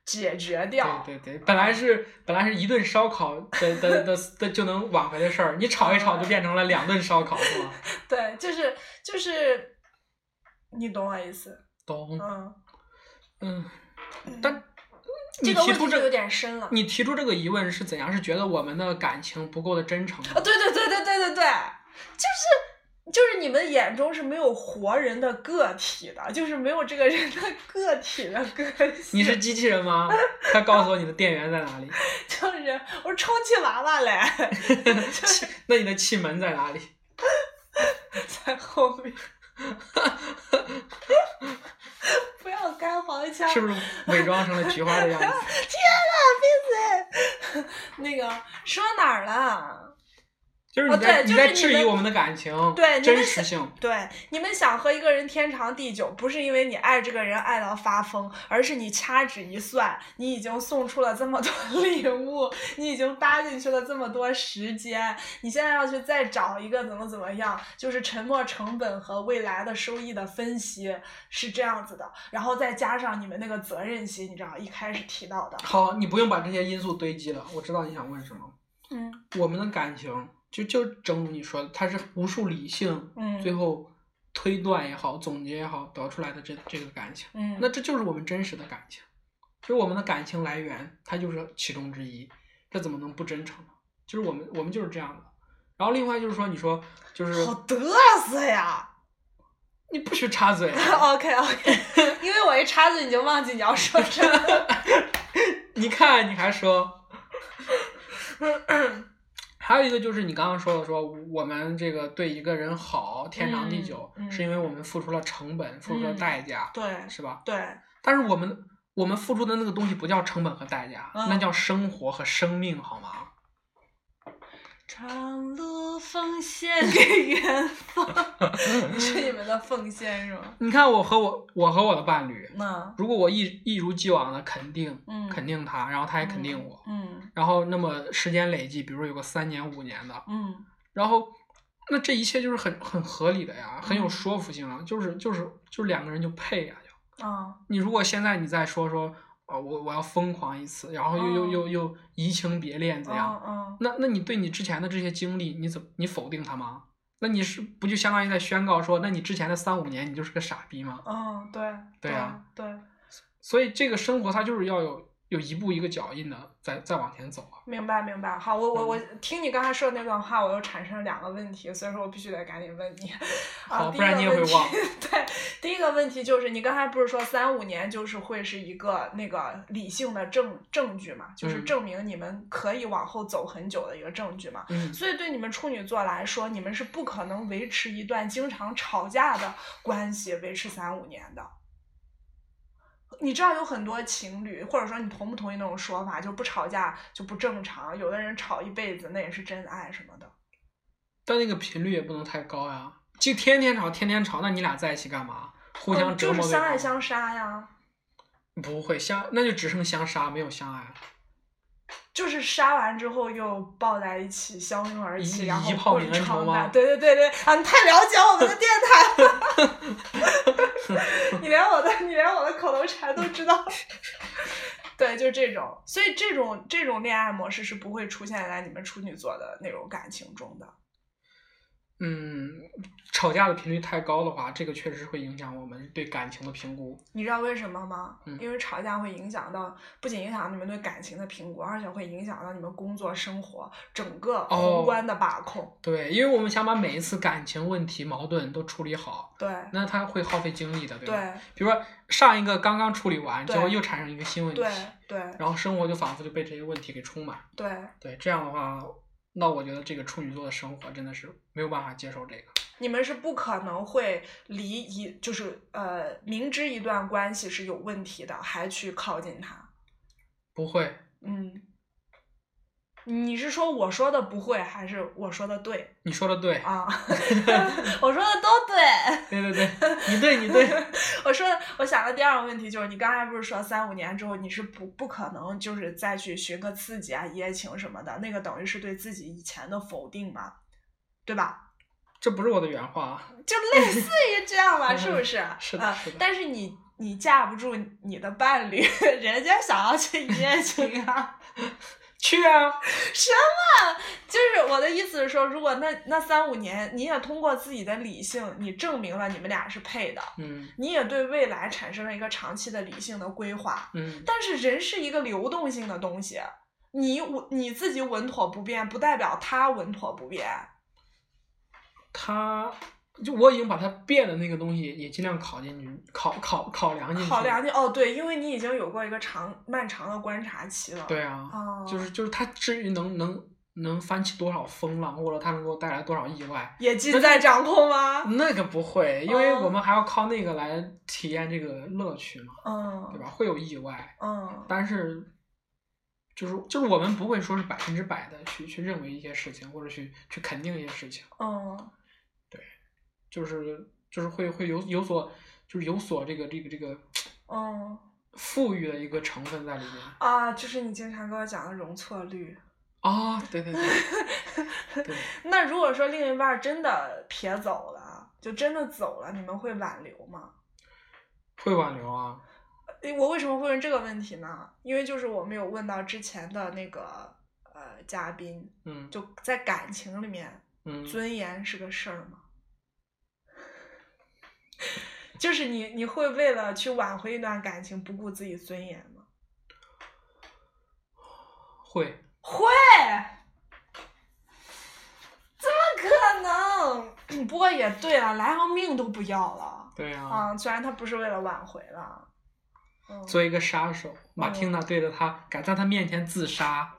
[SPEAKER 1] 解决掉。
[SPEAKER 2] 对对对，本来是本来是一顿烧烤的的的的就能挽回的事儿，你吵一吵就变成了两顿烧烤，是吗？
[SPEAKER 1] 对就是就是，你懂我意思？
[SPEAKER 2] 懂。
[SPEAKER 1] 嗯，
[SPEAKER 2] 嗯，
[SPEAKER 1] 嗯
[SPEAKER 2] 但
[SPEAKER 1] 这
[SPEAKER 2] 你
[SPEAKER 1] 个
[SPEAKER 2] 提
[SPEAKER 1] 问
[SPEAKER 2] 出
[SPEAKER 1] 题就
[SPEAKER 2] 这
[SPEAKER 1] 有点深了。
[SPEAKER 2] 你提出这个疑问是怎样？是觉得我们的感情不够的真诚吗
[SPEAKER 1] 啊，？对对对对对对对，就是就是你们眼中是没有活人的个体的，就是没有这个人的个体的个性。
[SPEAKER 2] 你是机器人吗？快告诉我你的电源在哪里？
[SPEAKER 1] 就是我是充气娃娃嘞，
[SPEAKER 2] 气那你的气门在哪里？
[SPEAKER 1] 在后 面。 不要干黄腔，
[SPEAKER 2] 是不是伪装成了菊花的样子？
[SPEAKER 1] 那个说哪儿了？
[SPEAKER 2] 就是
[SPEAKER 1] 哦
[SPEAKER 2] 你
[SPEAKER 1] 对
[SPEAKER 2] 在、你
[SPEAKER 1] 就是
[SPEAKER 2] 在
[SPEAKER 1] 你
[SPEAKER 2] 质疑
[SPEAKER 1] 们
[SPEAKER 2] 我们的感情，
[SPEAKER 1] 对你们
[SPEAKER 2] 真
[SPEAKER 1] 是
[SPEAKER 2] 实性，
[SPEAKER 1] 对，你们想和一个人天长地久，不是因为你爱这个人爱到发疯，而是你掐指一算，你已经送出了这么多 礼物，你已经搭进去了这么多时间，你现在要去再找一个怎么怎么样，就是沉没成本和未来的收益的分析是这样子的，然后再加上你们那个责任心，你知道一开始提到的，
[SPEAKER 2] 好，你不用把这些因素堆积了，我知道你想问什么。
[SPEAKER 1] 嗯
[SPEAKER 2] 我们的感情就就正如你说的，它是无数理性最
[SPEAKER 1] 嗯
[SPEAKER 2] 后推断也好，总结也好得出来的这这个感情，
[SPEAKER 1] 嗯，
[SPEAKER 2] 那这就是我们真实的感情，就是我们的感情来源，它就是其中之一，这怎么能不真诚呢？就是我们我们就是这样的。然后另外就是说，你说就是
[SPEAKER 1] 好嘚瑟呀。，
[SPEAKER 2] 你不许插嘴
[SPEAKER 1] OK
[SPEAKER 2] 啊
[SPEAKER 1] OK，因为我一插嘴你就忘记你要说什么了。
[SPEAKER 2] 你看你还说。 还有一个就是你刚刚说的，说我们这个对一个人好，天长地久，
[SPEAKER 1] 嗯嗯
[SPEAKER 2] 是因为我们付出了成本，付出了
[SPEAKER 1] 嗯
[SPEAKER 2] 代价，
[SPEAKER 1] 对
[SPEAKER 2] 是吧？
[SPEAKER 1] 对，
[SPEAKER 2] 但是我们我们付出的那个东西不叫成本和代价，
[SPEAKER 1] 嗯
[SPEAKER 2] 那叫生活和生命，好吗？
[SPEAKER 1] 长路奉献给远 方，是你们的奉献是吗？
[SPEAKER 2] 你看我和我我和我的伴侣，
[SPEAKER 1] 那
[SPEAKER 2] 如果我一一如既往的肯定
[SPEAKER 1] 嗯，
[SPEAKER 2] 肯定他，然后他也肯定我，
[SPEAKER 1] 嗯
[SPEAKER 2] 然后那么时间累计，比如说有个三年五年的，
[SPEAKER 1] 嗯
[SPEAKER 2] 然后那这一切就是很很合理的呀，很有
[SPEAKER 1] 嗯
[SPEAKER 2] 说服性啊，就是就是就是两个人就配呀、就
[SPEAKER 1] 啊
[SPEAKER 2] 你如果现在你再说说，呃，我我要疯狂一次，然后又、又
[SPEAKER 1] 嗯
[SPEAKER 2] 又又移情别恋怎样？
[SPEAKER 1] 嗯
[SPEAKER 2] 那那你对你之前的这些经历，你怎么你否定它吗？那你是不就相当于在宣告说，那你之前的三五年你就是个傻逼吗？
[SPEAKER 1] 嗯，对
[SPEAKER 2] 对啊
[SPEAKER 1] 对，
[SPEAKER 2] 所以这个生活它就是要有有一步一个脚印的再再往前走啊。
[SPEAKER 1] 明白明白。好，我我我
[SPEAKER 2] 嗯
[SPEAKER 1] 听你刚才说的那段话，我又产生了两个问题，所以说我必须得赶紧问你。
[SPEAKER 2] 好
[SPEAKER 1] 啊，
[SPEAKER 2] 不然你也会忘
[SPEAKER 1] 第一个问题 对，第一个问题就是你刚才不是说三五年就是会是一个那个理性的证证据嘛，就是
[SPEAKER 2] 嗯
[SPEAKER 1] 证明你们可以往后走很久的一个证据嘛。
[SPEAKER 2] 嗯，
[SPEAKER 1] 所以对你们处女座来说，你们是不可能维持一段经常吵架的关系维持三五年的。你知道有很多情侣，或者说你同不同意那种说法，就不吵架就不正常，有的人吵一辈子那也是真爱什么的。
[SPEAKER 2] 但那个频率也不能太高呀、就天天吵，天天吵，那你俩在一起干嘛？互相
[SPEAKER 1] 嗯
[SPEAKER 2] 折
[SPEAKER 1] 就是
[SPEAKER 2] 磨对
[SPEAKER 1] 相
[SPEAKER 2] 方、
[SPEAKER 1] 爱相杀呀，
[SPEAKER 2] 不会相，那就只剩相杀，没有相爱。
[SPEAKER 1] 就是杀完之后又抱在一起相拥而
[SPEAKER 2] 一
[SPEAKER 1] 泣，然后
[SPEAKER 2] 一炮泯
[SPEAKER 1] 滚
[SPEAKER 2] 恩仇
[SPEAKER 1] 床
[SPEAKER 2] 吗
[SPEAKER 1] 单。对对对对，啊，你太了解我们的电台了， 你连我的你连我的口头禅都知道。 对，就是这种，所以这种这种恋爱模式是不会出现在你们处女座的那种感情中的。
[SPEAKER 2] 嗯，吵架的频率太高的话，这个确实会影响我们对感情的评估。
[SPEAKER 1] 你知道为什么吗？
[SPEAKER 2] 嗯
[SPEAKER 1] 因为吵架会影响到，不仅影响你们对感情的评估，而且会影响到你们工作、生活整个
[SPEAKER 2] 哦
[SPEAKER 1] 宏观的把控。
[SPEAKER 2] 对，因为我们想把每一次感情问题、矛盾都处理好，
[SPEAKER 1] 对
[SPEAKER 2] 那它会耗费精力的，对吧？
[SPEAKER 1] 对
[SPEAKER 2] 比如说上一个刚刚处理完，结
[SPEAKER 1] 对
[SPEAKER 2] 果又产生一个新问题，
[SPEAKER 1] 对对
[SPEAKER 2] 然后生活就仿佛就被这些问题给充满。
[SPEAKER 1] 对，
[SPEAKER 2] 对，这样的话，那我觉得这个处女座的生活真的是没有办法接受这个。
[SPEAKER 1] 你们是不可能会离一就是呃，明知一段关系是有问题的，还去靠近他。
[SPEAKER 2] 不会，
[SPEAKER 1] 嗯，你是说我说的不会，还是我说的对
[SPEAKER 2] 你说的对，
[SPEAKER 1] 啊？ 我说的都对。
[SPEAKER 2] 对对对，你对你对，
[SPEAKER 1] 我说，我想的第二个问题就是，你刚才不是说三五年之后你是不不可能就是再去寻个刺激啊、一夜情什么的，那个等于是对自己以前的否定嘛，对吧？
[SPEAKER 2] 这不是我的原话啊。
[SPEAKER 1] 就类似于这样吧，
[SPEAKER 2] 嗯
[SPEAKER 1] 是不是？
[SPEAKER 2] 是的
[SPEAKER 1] 啊
[SPEAKER 2] 是的
[SPEAKER 1] 但是你你架不住你的伴侣， 人家想要去一夜 情啊。
[SPEAKER 2] 去啊，
[SPEAKER 1] 就是我的意思是说，如果那那三五年你也通过自己的理性，你证明了你们俩是配的，
[SPEAKER 2] 嗯
[SPEAKER 1] 你也对未来产生了一个长期的理性的规划。
[SPEAKER 2] 嗯，
[SPEAKER 1] 但是人是一个流动性的东西，你我你自己稳妥不变，不代表他稳妥不变。
[SPEAKER 2] 他就我已经把它变的那个东西也尽量考进去，考考考量进去。
[SPEAKER 1] 考量。进哦，对，因为你已经有过一个长漫长的观察期了。
[SPEAKER 2] 对啊，
[SPEAKER 1] 哦，
[SPEAKER 2] 就是就是它至于能能能翻起多少风浪，或者它能给我带来多少意外，
[SPEAKER 1] 也尽在掌控吗？
[SPEAKER 2] 那个不会，因为
[SPEAKER 1] 哦
[SPEAKER 2] 我们还要靠那个来体验这个乐趣嘛，对
[SPEAKER 1] 嗯
[SPEAKER 2] 吧？会有意外，
[SPEAKER 1] 嗯
[SPEAKER 2] 但是就是就是我们不会说是百分之百的去去认为一些事情，或者去去肯定一些事情，
[SPEAKER 1] 嗯
[SPEAKER 2] 就是就是会会有有所就是有所这个这个这个
[SPEAKER 1] 嗯
[SPEAKER 2] 富裕的一个成分在里面。
[SPEAKER 1] 啊，就是你经常跟我讲的容错率。
[SPEAKER 2] 啊、对对对对，
[SPEAKER 1] 那如果说另一半儿真的撇走了，就真的走了，你们会挽留吗？
[SPEAKER 2] 会挽留啊。
[SPEAKER 1] 诶我为什么会问这个问题呢？因为就是我们有问到之前的那个呃嘉宾，
[SPEAKER 2] 嗯
[SPEAKER 1] 就在感情里面，
[SPEAKER 2] 嗯，
[SPEAKER 1] 尊严是个事儿吗？就是你你会为了去挽回一段感情，不顾自己尊严吗？
[SPEAKER 2] 会。
[SPEAKER 1] 会，怎么可能？不过也对了，来条命都不要了
[SPEAKER 2] 对啊，
[SPEAKER 1] 啊、虽然他不是为了挽回了，嗯，
[SPEAKER 2] 作为一个杀手，马汀娜对着他敢在他面前自杀，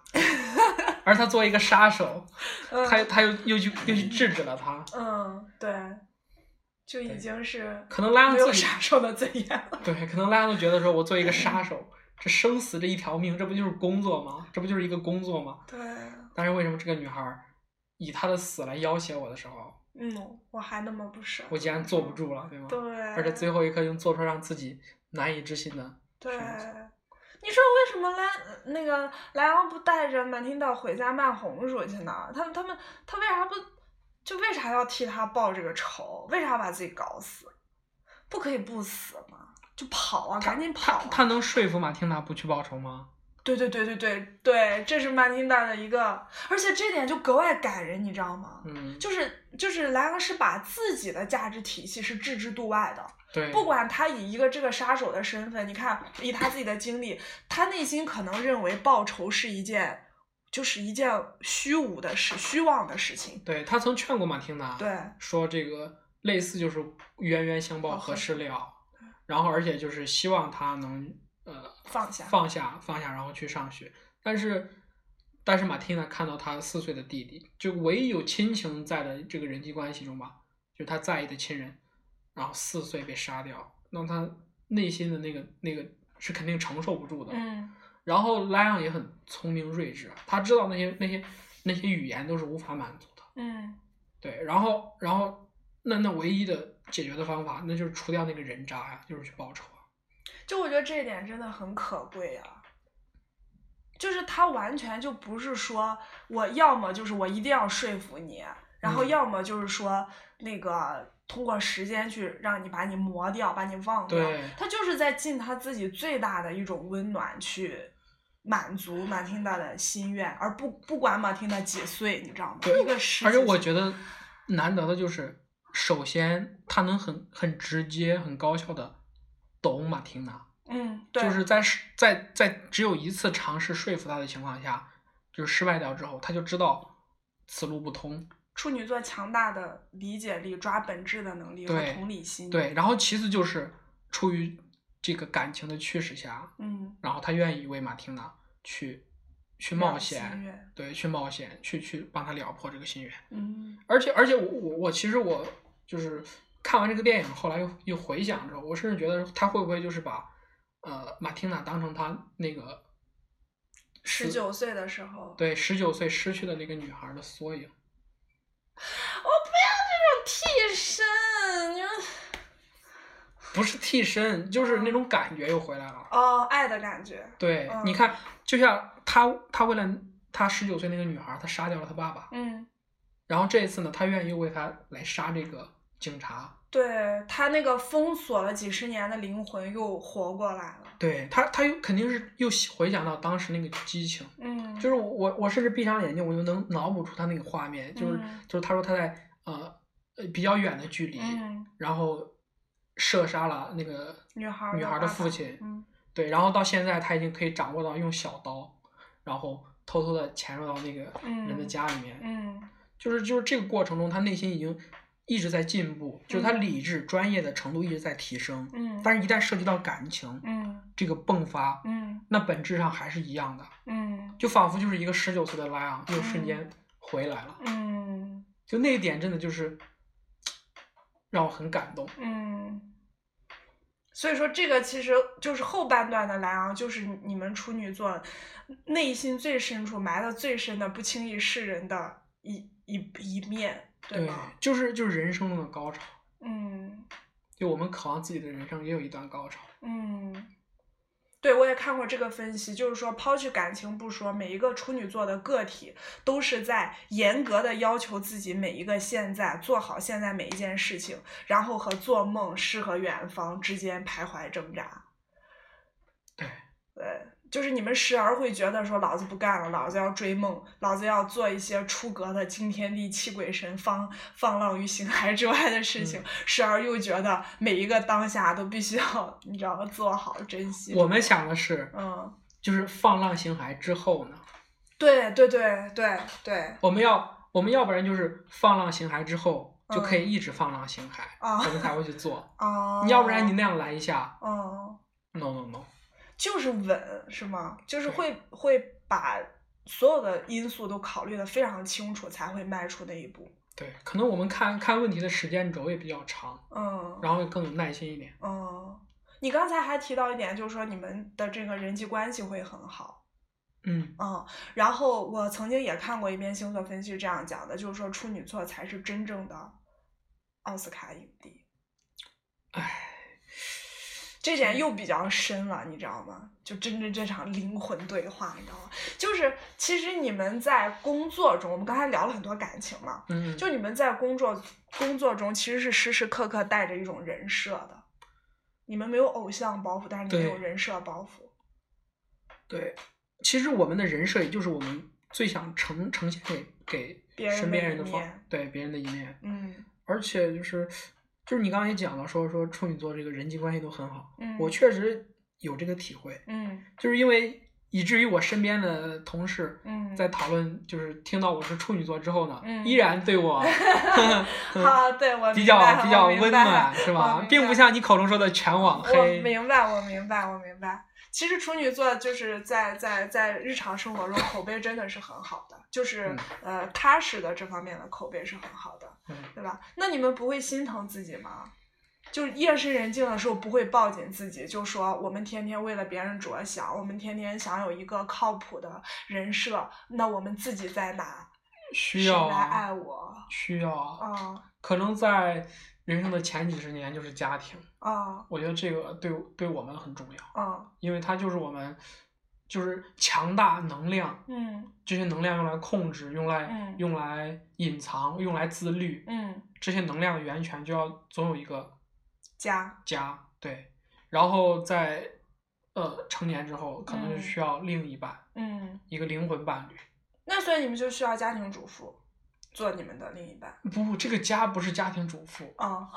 [SPEAKER 2] 而他作为一个杀手，
[SPEAKER 1] 嗯
[SPEAKER 2] 他又他又又去又去制止了他。
[SPEAKER 1] 嗯，对，就已
[SPEAKER 2] 对
[SPEAKER 1] 经是
[SPEAKER 2] 可能拉
[SPEAKER 1] 没
[SPEAKER 2] 上
[SPEAKER 1] 有
[SPEAKER 2] 自己
[SPEAKER 1] 杀手的尊严了。
[SPEAKER 2] 对，可能大家都觉得说，我作为一个杀手，这生死这一条命，这不就是工作吗？这不就是一个工作吗？
[SPEAKER 1] 对，
[SPEAKER 2] 但是为什么这个女孩儿以她的死来要挟我的时候，
[SPEAKER 1] 嗯，我还那么不舍，
[SPEAKER 2] 我竟然坐不住了，对吗？
[SPEAKER 1] 对，
[SPEAKER 2] 而且最后一刻又做出让自己难以置信的，
[SPEAKER 1] 对
[SPEAKER 2] 选择。
[SPEAKER 1] 你说为什么莱那个莱昂不带着满天岛回家卖红薯去呢？他们他们他为啥不就为啥要替他报这个仇？为啥把自己搞死？不可以不死吗？就跑啊，赶紧跑、
[SPEAKER 2] 他
[SPEAKER 1] 啊！
[SPEAKER 2] 他能说服马汀达不去报仇吗？
[SPEAKER 1] 对对对对对对，这是曼汀达的一个，而且这点就格外感人，你知道吗？
[SPEAKER 2] 嗯，
[SPEAKER 1] 就是就是莱昂是把自己的价值体系是置之度外的，
[SPEAKER 2] 对，
[SPEAKER 1] 不管他以一个这个杀手的身份，你看以他自己的经历，他内心可能认为报仇是一件，就是一件虚无的事、虚妄的事情。
[SPEAKER 2] 对他曾劝过马汀达，
[SPEAKER 1] 对，
[SPEAKER 2] 说这个类似就是冤冤相报
[SPEAKER 1] 哦
[SPEAKER 2] 何
[SPEAKER 1] 何
[SPEAKER 2] 时了，然后而且就是希望他能呃
[SPEAKER 1] 放下
[SPEAKER 2] 放下放下，然后去上学。但是但是马蒂娜看到他四岁的弟弟，就唯一有亲情在的这个人际关系中吧，就他在意的亲人，然后四岁被杀掉，那他内心的那个那个是肯定承受不住的。
[SPEAKER 1] 嗯
[SPEAKER 2] 然后莱昂也很聪明睿智，啊他知道那些那些那些语言都是无法满足的。
[SPEAKER 1] 嗯
[SPEAKER 2] 对，然后然后那那唯一的解决的方法，那就是除掉那个人渣呀、就是去报仇啊。
[SPEAKER 1] 就我觉得这一点真的很可贵啊。就是他完全就不是说我要么就是我一定要说服你，然后
[SPEAKER 2] 嗯
[SPEAKER 1] 要么就是说那个通过时间去让你把你磨掉，把你忘掉。
[SPEAKER 2] 对
[SPEAKER 1] 他就是在尽他自己最大的一种温暖去满足马汀达的心愿，而不不管马汀达几岁，你知道吗？
[SPEAKER 2] 对
[SPEAKER 1] 一个十几
[SPEAKER 2] 而且我
[SPEAKER 1] 岁
[SPEAKER 2] 觉得难得的就是，首先他能很很直接、很高效的懂马汀娜，
[SPEAKER 1] 嗯，对，
[SPEAKER 2] 就是在是在在只有一次尝试说服他的情况下，就是失败掉之后，他就知道此路不通。
[SPEAKER 1] 处女座强大的理解力、抓本质的能力和
[SPEAKER 2] 对
[SPEAKER 1] 同理心。
[SPEAKER 2] 对，，然后其次就是出于这个感情的驱使下，
[SPEAKER 1] 嗯，
[SPEAKER 2] 然后他愿意为马汀娜去去
[SPEAKER 1] 了
[SPEAKER 2] 冒
[SPEAKER 1] 心
[SPEAKER 2] 险，
[SPEAKER 1] 愿，
[SPEAKER 2] 对，去冒险，去去帮他撩破这个心愿。
[SPEAKER 1] 嗯
[SPEAKER 2] 而且而且我我我其实我就是看完这个电影，后来又又回想着，我甚至觉得他会不会就是把呃马汀娜当成他那个
[SPEAKER 1] 十九岁的时候，
[SPEAKER 2] 对十九岁失去的那个女孩的缩影。
[SPEAKER 1] 哦替身，你们
[SPEAKER 2] 不是替身，就是那种感觉又回来了。
[SPEAKER 1] 哦，爱的感觉，
[SPEAKER 2] 对，
[SPEAKER 1] 嗯
[SPEAKER 2] 你看，就像他，他为了他十九岁那个女孩，他杀掉了他爸爸，
[SPEAKER 1] 嗯，
[SPEAKER 2] 然后这一次呢，他愿意为他来杀这个警察。
[SPEAKER 1] 对他那个封锁了几十年的灵魂又活过来了，
[SPEAKER 2] 对他，他又肯定是又回想到当时那个激情，
[SPEAKER 1] 嗯，
[SPEAKER 2] 就是我我甚至闭上眼睛，我就能脑补出他那个画面，就是、
[SPEAKER 1] 嗯
[SPEAKER 2] 就是他说他在呃呃比较远的距离，
[SPEAKER 1] 嗯，
[SPEAKER 2] 然后射杀了那个
[SPEAKER 1] 女孩
[SPEAKER 2] 女孩
[SPEAKER 1] 的
[SPEAKER 2] 的
[SPEAKER 1] 爸
[SPEAKER 2] 父
[SPEAKER 1] 爸
[SPEAKER 2] 亲，
[SPEAKER 1] 嗯
[SPEAKER 2] 对，然后到现在他已经可以掌握到用小刀，然后偷偷的潜入到那个人的
[SPEAKER 1] 嗯
[SPEAKER 2] 家里面，
[SPEAKER 1] 嗯
[SPEAKER 2] 就是就是这个过程中，他内心已经一直在进步，就是他
[SPEAKER 1] 嗯
[SPEAKER 2] 理智、专业的程度一直在提升，
[SPEAKER 1] 嗯，
[SPEAKER 2] 但是一旦涉及到感情，
[SPEAKER 1] 嗯
[SPEAKER 2] 这个迸发，
[SPEAKER 1] 嗯
[SPEAKER 2] 那本质上还是一样的，
[SPEAKER 1] 嗯
[SPEAKER 2] 就仿佛就是一个十九岁的拉昂又瞬间回来了，
[SPEAKER 1] 嗯
[SPEAKER 2] 就那一点真的就是让我很感动。
[SPEAKER 1] 嗯，所以说，这个其实就是后半段的莱昂，就是你们处女座内心最深处埋的最深的、不轻易示人的一一一面，
[SPEAKER 2] 对
[SPEAKER 1] 吧？，
[SPEAKER 2] 就是就是人生中的高潮，
[SPEAKER 1] 嗯
[SPEAKER 2] 就我们渴望自己的人生也有一段高潮。
[SPEAKER 1] 嗯，对我也看过这个分析，就是说，抛去感情不说，每一个处女座的个体都是在严格的要求自己每一个现在，做好现在每一件事情，然后和做梦、诗和远方之间徘徊挣扎。
[SPEAKER 2] 对，
[SPEAKER 1] 对，就是你们时而会觉得说老子不干了，老子要追梦，老子要做一些出格的惊天地泣鬼神、放放浪于形骸之外的事情；
[SPEAKER 2] 嗯
[SPEAKER 1] 时而又觉得每一个当下都必须要，你知道吗？做好珍惜。
[SPEAKER 2] 我们想的是，
[SPEAKER 1] 嗯，
[SPEAKER 2] 就是放浪形骸之后呢，
[SPEAKER 1] 对对对对对，
[SPEAKER 2] 我们要我们要不然就是放浪形骸之后就可
[SPEAKER 1] 嗯
[SPEAKER 2] 以一直放浪形骸，
[SPEAKER 1] 啊
[SPEAKER 2] 我们才会去做。
[SPEAKER 1] 啊、
[SPEAKER 2] 嗯要不然你那样来一下
[SPEAKER 1] 嗯，
[SPEAKER 2] ，no no no，
[SPEAKER 1] 就是稳是吗？就是
[SPEAKER 2] 对
[SPEAKER 1] 会会把所有的因素都考虑的非常清楚，才会迈出那一步。
[SPEAKER 2] 对，可能我们看看问题的时间轴也比较长，
[SPEAKER 1] 嗯，
[SPEAKER 2] 然后也更有耐心一点。嗯
[SPEAKER 1] 哦，你刚才还提到一点，就是说你们的这个人际关系会很好。
[SPEAKER 2] 嗯，
[SPEAKER 1] 嗯，然后我曾经也看过一篇星座分析这样讲的，就是说处女座才是真正的奥斯卡影帝，
[SPEAKER 2] 唉，
[SPEAKER 1] 这点又比较深了，你知道吗？就真正这场灵魂对话，你知道吗？就是其实你们在工作中，我们刚才聊了很多感情嘛，
[SPEAKER 2] 嗯，
[SPEAKER 1] 就你们在工作工作中，其实是时时刻刻带着一种人设的。你们没有偶像包袱，但是你们
[SPEAKER 2] 对
[SPEAKER 1] 有人设包袱。
[SPEAKER 2] 对，其实我们的人设也就是我们最想呈呈现给给
[SPEAKER 1] 别人
[SPEAKER 2] 身
[SPEAKER 1] 的
[SPEAKER 2] 边人
[SPEAKER 1] 一
[SPEAKER 2] 的方
[SPEAKER 1] 面
[SPEAKER 2] 对别人的一面，
[SPEAKER 1] 嗯
[SPEAKER 2] 而且就是就是你刚刚也讲了说说处女座这个人际关系都很好，
[SPEAKER 1] 嗯，
[SPEAKER 2] 我确实有这个体会，
[SPEAKER 1] 嗯
[SPEAKER 2] 就是因为以至于我身边的同事
[SPEAKER 1] 嗯，
[SPEAKER 2] 在讨论，就是听到我是处女座之后呢，
[SPEAKER 1] 嗯
[SPEAKER 2] 依然对我
[SPEAKER 1] 好，啊对我
[SPEAKER 2] 比
[SPEAKER 1] 明
[SPEAKER 2] 较
[SPEAKER 1] 白
[SPEAKER 2] 比较
[SPEAKER 1] 我明
[SPEAKER 2] 温
[SPEAKER 1] 白
[SPEAKER 2] 暖，是
[SPEAKER 1] 我
[SPEAKER 2] 吧
[SPEAKER 1] 明？
[SPEAKER 2] 并不
[SPEAKER 1] 白
[SPEAKER 2] 像你口中说的全网
[SPEAKER 1] 我
[SPEAKER 2] 黑。
[SPEAKER 1] 明白，我明白，我明白。其实处女座就是在在在日常生活中口碑真的是很好的，就是、呃踏实的这方面的口碑是很好的，
[SPEAKER 2] 嗯
[SPEAKER 1] 对吧？那你们不会心疼自己吗？就是夜深人静的时候不会抱紧自己，就说我们天天为了别人着想，我们天天想有一个靠谱的人设，那我们自己在哪？
[SPEAKER 2] 需
[SPEAKER 1] 谁
[SPEAKER 2] 要
[SPEAKER 1] 来
[SPEAKER 2] 啊，
[SPEAKER 1] 爱我？
[SPEAKER 2] 需要啊，
[SPEAKER 1] 啊
[SPEAKER 2] 可能在人生的前几十年就是家庭，
[SPEAKER 1] 啊
[SPEAKER 2] 我觉得这个对对我们很重要，
[SPEAKER 1] 啊！
[SPEAKER 2] 因为它就是我们就是强大能量，
[SPEAKER 1] 嗯
[SPEAKER 2] 这些能量用来控制，用来、
[SPEAKER 1] 嗯
[SPEAKER 2] 用来隐藏，用来自律，
[SPEAKER 1] 嗯，
[SPEAKER 2] 这些能量源泉就要总有一个
[SPEAKER 1] 家
[SPEAKER 2] 家，对，然后在呃成年之后，可能就
[SPEAKER 1] 嗯
[SPEAKER 2] 需要另一半，
[SPEAKER 1] 嗯。
[SPEAKER 2] 一个灵魂伴侣。
[SPEAKER 1] 那所以你们就需要家庭主妇做你们的另一半。
[SPEAKER 2] 不不，这个家不是家庭主妇，
[SPEAKER 1] 哦，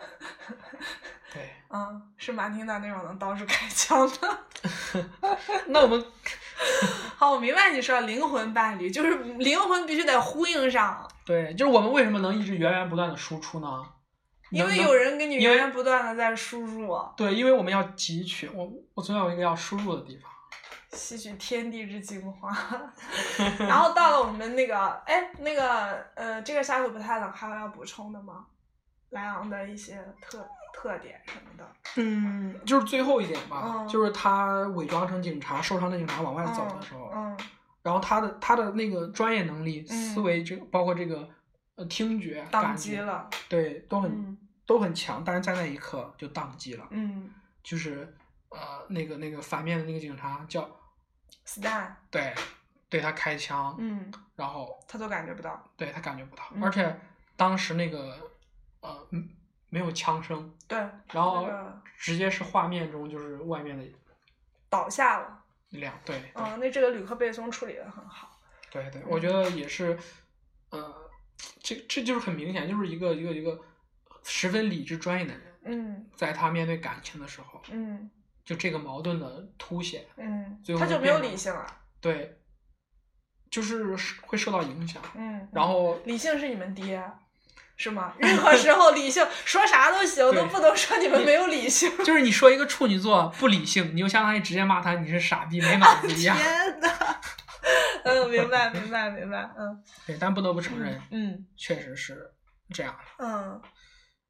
[SPEAKER 2] 对。
[SPEAKER 1] 嗯，是马丁娜那种能到处开枪的。
[SPEAKER 2] 那我们
[SPEAKER 1] 好，我明白你说的灵魂伴侣，就是灵魂必须得呼应上，
[SPEAKER 2] 对，就是我们为什么能一直源源不断的输出呢？
[SPEAKER 1] 因为
[SPEAKER 2] 能
[SPEAKER 1] 有人跟你
[SPEAKER 2] 因为
[SPEAKER 1] 源源不断的在输入，
[SPEAKER 2] 对，因为我们要汲取，我我总有一个要输入的地方。
[SPEAKER 1] 吸取天地之精 华。然后到了我们那个，哎，那个，呃，这个杀手不太冷，还有要补充的吗？莱昂的一些特特点什么的。
[SPEAKER 2] 嗯，就是最后一点吧，
[SPEAKER 1] 嗯
[SPEAKER 2] 就是他伪装成警察，受伤的警察往外走的时候，
[SPEAKER 1] 嗯
[SPEAKER 2] 然后他的他的那个专业能力、
[SPEAKER 1] 嗯
[SPEAKER 2] 思维，这个包括这个呃听觉、
[SPEAKER 1] 宕
[SPEAKER 2] 感
[SPEAKER 1] 机
[SPEAKER 2] 觉，
[SPEAKER 1] 了。
[SPEAKER 2] 对，都很、
[SPEAKER 1] 嗯
[SPEAKER 2] 都很强，但是在那一刻就宕机了，
[SPEAKER 1] 嗯
[SPEAKER 2] 就是呃那个那个反面的那个警察叫
[SPEAKER 1] ，Stan，
[SPEAKER 2] 对对他开枪，
[SPEAKER 1] 嗯，
[SPEAKER 2] 然后
[SPEAKER 1] 他都感觉不到。
[SPEAKER 2] 对他感觉不到，
[SPEAKER 1] 嗯
[SPEAKER 2] 而且当时那个呃嗯没有枪声，
[SPEAKER 1] 对，
[SPEAKER 2] 然后
[SPEAKER 1] 那个
[SPEAKER 2] 直接是画面中就是外面的
[SPEAKER 1] 倒下了。
[SPEAKER 2] 两对对、
[SPEAKER 1] 嗯，那这个吕克贝松处理的很好。
[SPEAKER 2] 对
[SPEAKER 1] 嗯
[SPEAKER 2] 对，我觉得也是，呃，这这就是很明显，就是一个一个一个十分理智专业的人，
[SPEAKER 1] 嗯
[SPEAKER 2] 在他面对感情的时候，
[SPEAKER 1] 嗯
[SPEAKER 2] 就这个矛盾的凸显，
[SPEAKER 1] 嗯
[SPEAKER 2] 最，后
[SPEAKER 1] 他
[SPEAKER 2] 就
[SPEAKER 1] 就没有
[SPEAKER 2] 变了
[SPEAKER 1] 理性了。
[SPEAKER 2] 对，就是会受到影响，
[SPEAKER 1] 嗯，
[SPEAKER 2] 然后
[SPEAKER 1] 理性是你们爹，是 吗？任何时候理性说啥都行，
[SPEAKER 2] 对
[SPEAKER 1] 都不能说你们没有理性。
[SPEAKER 2] 就是你说一个处女座不理性，你就相当于直接骂他你是傻逼没脑子 一
[SPEAKER 1] 天
[SPEAKER 2] 样，
[SPEAKER 1] 呐。嗯，明白明白明白。嗯
[SPEAKER 2] 对，但不得不承认。
[SPEAKER 1] 嗯
[SPEAKER 2] 确实是这样的。
[SPEAKER 1] 嗯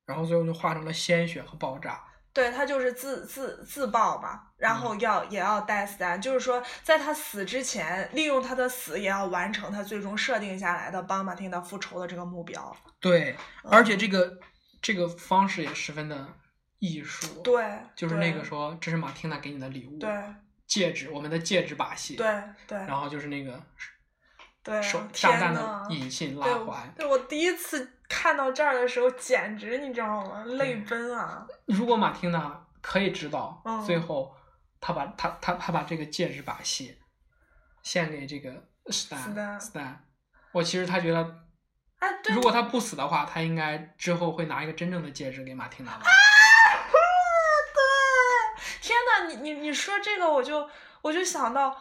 [SPEAKER 2] 然后最后就化成了鲜血和爆炸。
[SPEAKER 1] 对他就是自自自爆嘛，然后
[SPEAKER 2] 嗯
[SPEAKER 1] 要、也要 death stand，就是说在他死之前，利用他的死也要完成他最终设定下来的帮马汀达复仇的这个目标。
[SPEAKER 2] 对，而
[SPEAKER 1] 嗯
[SPEAKER 2] 且这个这个方式也十分的艺术，
[SPEAKER 1] 对，
[SPEAKER 2] 就是
[SPEAKER 1] 对
[SPEAKER 2] 那个说这是马汀达给你的礼物，
[SPEAKER 1] 对
[SPEAKER 2] 戒指，我们的戒指把戏，，
[SPEAKER 1] 对对
[SPEAKER 2] 然后就是那个
[SPEAKER 1] 对，
[SPEAKER 2] 手炸
[SPEAKER 1] 天
[SPEAKER 2] 弹
[SPEAKER 1] 呐
[SPEAKER 2] 的！引信拉
[SPEAKER 1] 对
[SPEAKER 2] 环。
[SPEAKER 1] 对，我第一次看到这儿的时候，简直你知道吗？泪
[SPEAKER 2] 嗯
[SPEAKER 1] 奔啊！
[SPEAKER 2] 如果马汀达可以知道、
[SPEAKER 1] 嗯
[SPEAKER 2] 最后他把他他他把这个戒指把戏献给这个 Stan
[SPEAKER 1] Stan
[SPEAKER 2] Stan，我其实他觉得
[SPEAKER 1] 哎，对，
[SPEAKER 2] 如果他不死的话，他应该之后会拿一个真正的戒指给马汀达吧。
[SPEAKER 1] 对，天呐，你你你说这个，我就我就想到，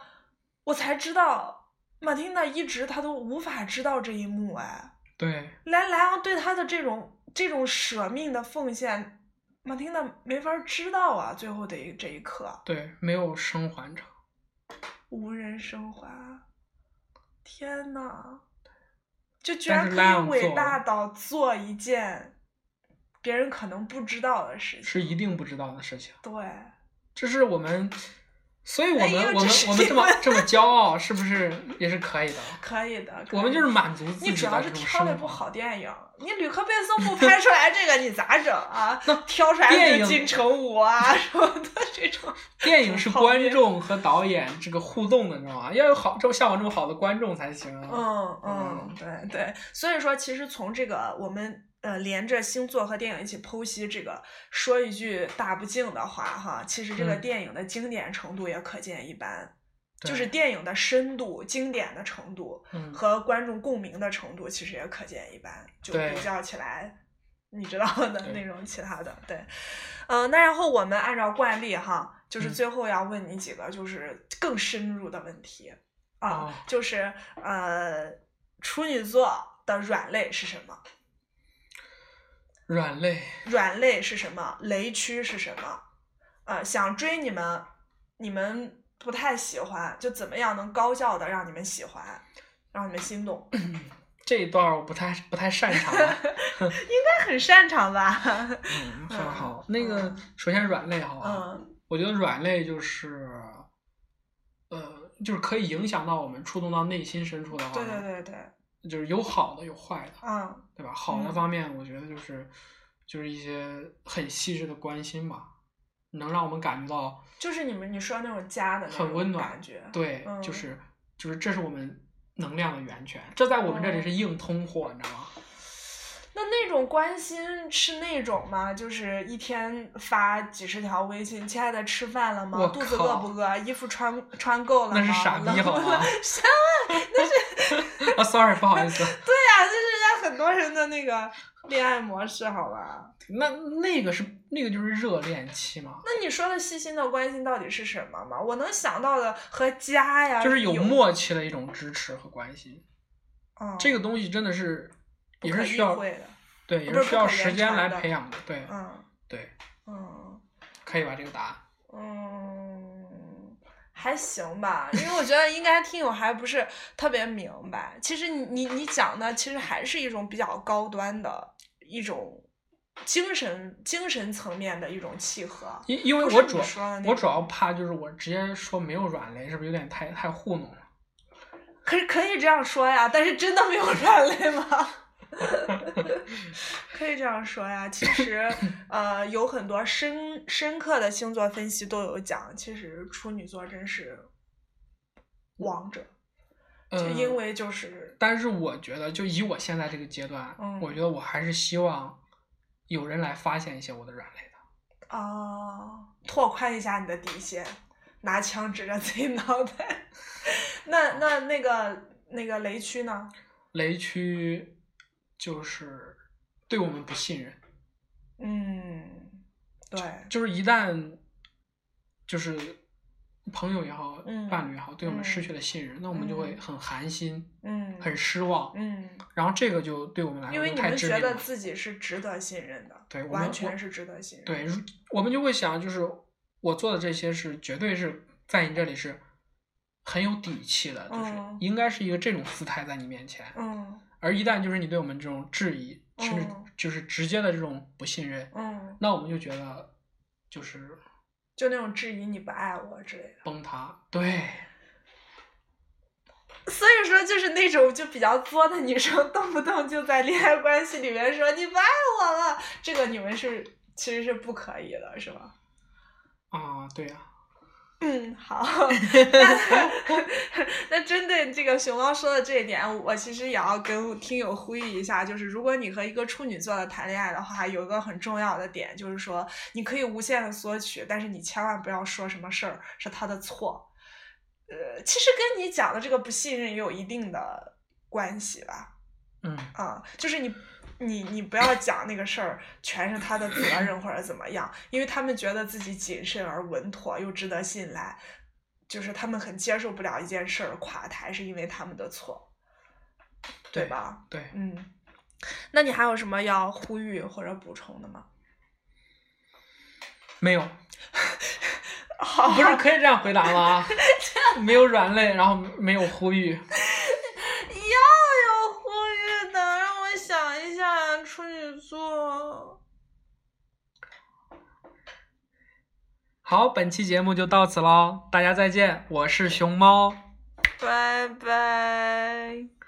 [SPEAKER 1] 我才知道马汀达一直他都无法知道这一幕，哎，
[SPEAKER 2] 对，
[SPEAKER 1] 莱莱昂对他的这种这种舍命的奉献，马汀达没法知道啊，最后的这一刻
[SPEAKER 2] 对，没有生还者。
[SPEAKER 1] 无人升华，天呐，就居
[SPEAKER 2] 但
[SPEAKER 1] 然
[SPEAKER 2] 是
[SPEAKER 1] 可
[SPEAKER 2] 莱昂
[SPEAKER 1] 以伟
[SPEAKER 2] 做
[SPEAKER 1] 大到做一件别人可能不知道的事情，
[SPEAKER 2] 是一定不知道的事情。
[SPEAKER 1] 对，
[SPEAKER 2] 这是我们，所以我们、
[SPEAKER 1] 哎呦
[SPEAKER 2] 我们
[SPEAKER 1] 这是
[SPEAKER 2] 我们这么这么骄傲，是不是也是可以的？
[SPEAKER 1] 可以的，可
[SPEAKER 2] 我们
[SPEAKER 1] 以
[SPEAKER 2] 就是
[SPEAKER 1] 的
[SPEAKER 2] 满足自己
[SPEAKER 1] 你
[SPEAKER 2] 的
[SPEAKER 1] 主要
[SPEAKER 2] 这
[SPEAKER 1] 是
[SPEAKER 2] 种
[SPEAKER 1] 挑了一
[SPEAKER 2] 生
[SPEAKER 1] 部
[SPEAKER 2] 活。
[SPEAKER 1] 好电 影，你吕克贝松不拍出来这个，你咋整 啊？挑出来的
[SPEAKER 2] 电
[SPEAKER 1] 就
[SPEAKER 2] 影
[SPEAKER 1] 是金城武啊什么的这种。
[SPEAKER 2] 电影是
[SPEAKER 1] 好
[SPEAKER 2] 观
[SPEAKER 1] 电
[SPEAKER 2] 众和导演这个互动的，你知道吗？要有好这像我这么好的观众才行啊。
[SPEAKER 1] 嗯嗯，对对。所以说，其实从这个我们呃连着星座和电影一起剖析这个，说一句大不敬的话哈，其实这个
[SPEAKER 2] 嗯
[SPEAKER 1] 电影的经典程度也可见一斑，
[SPEAKER 2] 对
[SPEAKER 1] 就是电影的深度、经典的程度，
[SPEAKER 2] 嗯，
[SPEAKER 1] 和观众共鸣的程度其实也可见一斑，就
[SPEAKER 2] 对
[SPEAKER 1] 比较起来，你知道的
[SPEAKER 2] 对
[SPEAKER 1] 那种其他的，对，嗯、那然后我们按照惯例哈，就是
[SPEAKER 2] 嗯
[SPEAKER 1] 最后要问你几个就是更深入的问题、啊
[SPEAKER 2] 哦，
[SPEAKER 1] 就是呃，处女座的软肋是什么？
[SPEAKER 2] 软肋
[SPEAKER 1] 软肋是什么？雷区是什么？呃，想追你们，你们不太喜欢，就怎么样能高效的让你们喜欢，让你们心动？
[SPEAKER 2] 这一段我不太不太擅长啊。
[SPEAKER 1] 很擅长吧？
[SPEAKER 2] 嗯，很好。那个首先软肋好啊，
[SPEAKER 1] 嗯
[SPEAKER 2] 我觉得软肋就是，呃，就是可以影响到我们，触动到内心深处的，话，
[SPEAKER 1] 对对对对，
[SPEAKER 2] 就是有好的有坏的。
[SPEAKER 1] 嗯
[SPEAKER 2] 对吧？好的
[SPEAKER 1] 嗯
[SPEAKER 2] 方面，我觉得就是、就是一些很细致的关心吧，能让我们感觉到
[SPEAKER 1] 就是你们你说那种家的那
[SPEAKER 2] 很
[SPEAKER 1] 种
[SPEAKER 2] 温暖
[SPEAKER 1] 感觉，
[SPEAKER 2] 对，
[SPEAKER 1] 嗯
[SPEAKER 2] 就是就是这是我们能量的源泉，这在我们这
[SPEAKER 1] 嗯
[SPEAKER 2] 里是硬通货，你知道吗？
[SPEAKER 1] 那那种关心是那种吗？就是一天发几十条微信，亲爱的，吃饭了吗？
[SPEAKER 2] 我
[SPEAKER 1] 肚子
[SPEAKER 2] 靠
[SPEAKER 1] 饿不饿？衣服穿穿够了吗？
[SPEAKER 2] 那是傻逼
[SPEAKER 1] 冷
[SPEAKER 2] 好
[SPEAKER 1] 不冷？
[SPEAKER 2] 吗
[SPEAKER 1] 啥呀？
[SPEAKER 2] 啊，sorry，不好意思，
[SPEAKER 1] 啊这是人家很多人的那个恋爱模式，好 吧？
[SPEAKER 2] 那那个是那个就是热恋期嘛，
[SPEAKER 1] 那你说的细心的关心到底是什么吗？我能想到的和家呀，
[SPEAKER 2] 就是有
[SPEAKER 1] 哎有，
[SPEAKER 2] 默契的一种支持和关心，
[SPEAKER 1] 嗯、
[SPEAKER 2] 这个东西真的是
[SPEAKER 1] 不
[SPEAKER 2] 也
[SPEAKER 1] 可
[SPEAKER 2] 是
[SPEAKER 1] 意
[SPEAKER 2] 需要
[SPEAKER 1] 会的
[SPEAKER 2] 对，也
[SPEAKER 1] 不是
[SPEAKER 2] 是
[SPEAKER 1] 不
[SPEAKER 2] 需要
[SPEAKER 1] 可言
[SPEAKER 2] 时间
[SPEAKER 1] 传
[SPEAKER 2] 来
[SPEAKER 1] 的
[SPEAKER 2] 培养的，对
[SPEAKER 1] 嗯
[SPEAKER 2] 对，
[SPEAKER 1] 嗯。
[SPEAKER 2] 可以吧？这个答案。
[SPEAKER 1] 嗯，还行吧，因为我觉得应该听友还不是特别明白。其实你你你讲的其实还是一种比较高端的一种精神精神层面的一种契合。
[SPEAKER 2] 因因为
[SPEAKER 1] 不是
[SPEAKER 2] 我
[SPEAKER 1] 你
[SPEAKER 2] 主要
[SPEAKER 1] 说的那
[SPEAKER 2] 我
[SPEAKER 1] 种
[SPEAKER 2] 主要怕就是我直接说没有软肋，是不是有点太太糊弄了？
[SPEAKER 1] 可是可以这样说呀，但是真的没有软肋吗？ 可以这样说呀，其实呃有很多深深刻的星座分析都有讲，其实处女座真是王者。就
[SPEAKER 2] 嗯，
[SPEAKER 1] 因为就是
[SPEAKER 2] 但是我觉得，就以我现在这个阶段，
[SPEAKER 1] 嗯
[SPEAKER 2] 我觉得我还是希望有人来发现一些我的软肋的。
[SPEAKER 1] 啊、拓宽一下你的底线，拿枪指着自己脑袋。那那那个那个雷区呢？
[SPEAKER 2] 雷区就是对我们不信任，
[SPEAKER 1] 嗯，对，
[SPEAKER 2] 就是一旦就是朋友也好，
[SPEAKER 1] 嗯
[SPEAKER 2] 伴侣也好，对我们失去了信任，那我们就会
[SPEAKER 1] 嗯
[SPEAKER 2] 很寒心，
[SPEAKER 1] 嗯
[SPEAKER 2] 很失望，
[SPEAKER 1] 嗯，
[SPEAKER 2] 然后这个就对我们来
[SPEAKER 1] 因
[SPEAKER 2] 说
[SPEAKER 1] 为
[SPEAKER 2] 就
[SPEAKER 1] 你
[SPEAKER 2] 太
[SPEAKER 1] 们
[SPEAKER 2] 致
[SPEAKER 1] 觉
[SPEAKER 2] 命
[SPEAKER 1] 得
[SPEAKER 2] 了。
[SPEAKER 1] 自己是值得信任的，
[SPEAKER 2] 对我们
[SPEAKER 1] 完
[SPEAKER 2] 我
[SPEAKER 1] 全是值得信任。
[SPEAKER 2] 对，如我们就会想，就是我做的这些是绝对是在你这里是很有底气的，就是
[SPEAKER 1] 嗯
[SPEAKER 2] 应该是一个这种姿态在你面前。
[SPEAKER 1] 嗯
[SPEAKER 2] 而一旦就是你对我们这种质疑，甚至
[SPEAKER 1] 嗯
[SPEAKER 2] 就是直接的这种不信任，
[SPEAKER 1] 嗯
[SPEAKER 2] 那我们就觉得就是
[SPEAKER 1] 就那种质疑你不爱我之类的。
[SPEAKER 2] 崩塌。对，
[SPEAKER 1] 所以说，就是那种就比较作的女生，动不动就在恋爱关系里面说你不爱我了，这个你们是其实是不可以的，是吧？
[SPEAKER 2] 啊，对呀、
[SPEAKER 1] 嗯，好。那 那针对这个熊猫说的这一点，我其实也要跟听友呼吁一下，就是如果你和一个处女座的谈恋爱的话，有一个很重要的点，就是说你可以无限的索取，但是你千万不要说什么事儿是他的错。呃，其实跟你讲的这个不信任也有一定的关系吧。
[SPEAKER 2] 嗯，
[SPEAKER 1] 啊、就是你你你不要讲那个事儿全是他的责任或者怎么样，因为他们觉得自己谨慎而稳妥又值得信赖，就是他们很接受不了一件事儿垮台是因为他们的错，对吧？
[SPEAKER 2] 对，
[SPEAKER 1] 嗯，那你还有什么要呼吁或者补充的吗？
[SPEAKER 2] 没有，
[SPEAKER 1] 好，
[SPEAKER 2] 不是可以这样回答吗？没有软肋，然后没有呼吁。
[SPEAKER 1] 要有呼吁的，让我想一下，处女座，
[SPEAKER 2] 好，本期节目就到此喽，大家再见，我是熊猫。
[SPEAKER 1] 拜拜。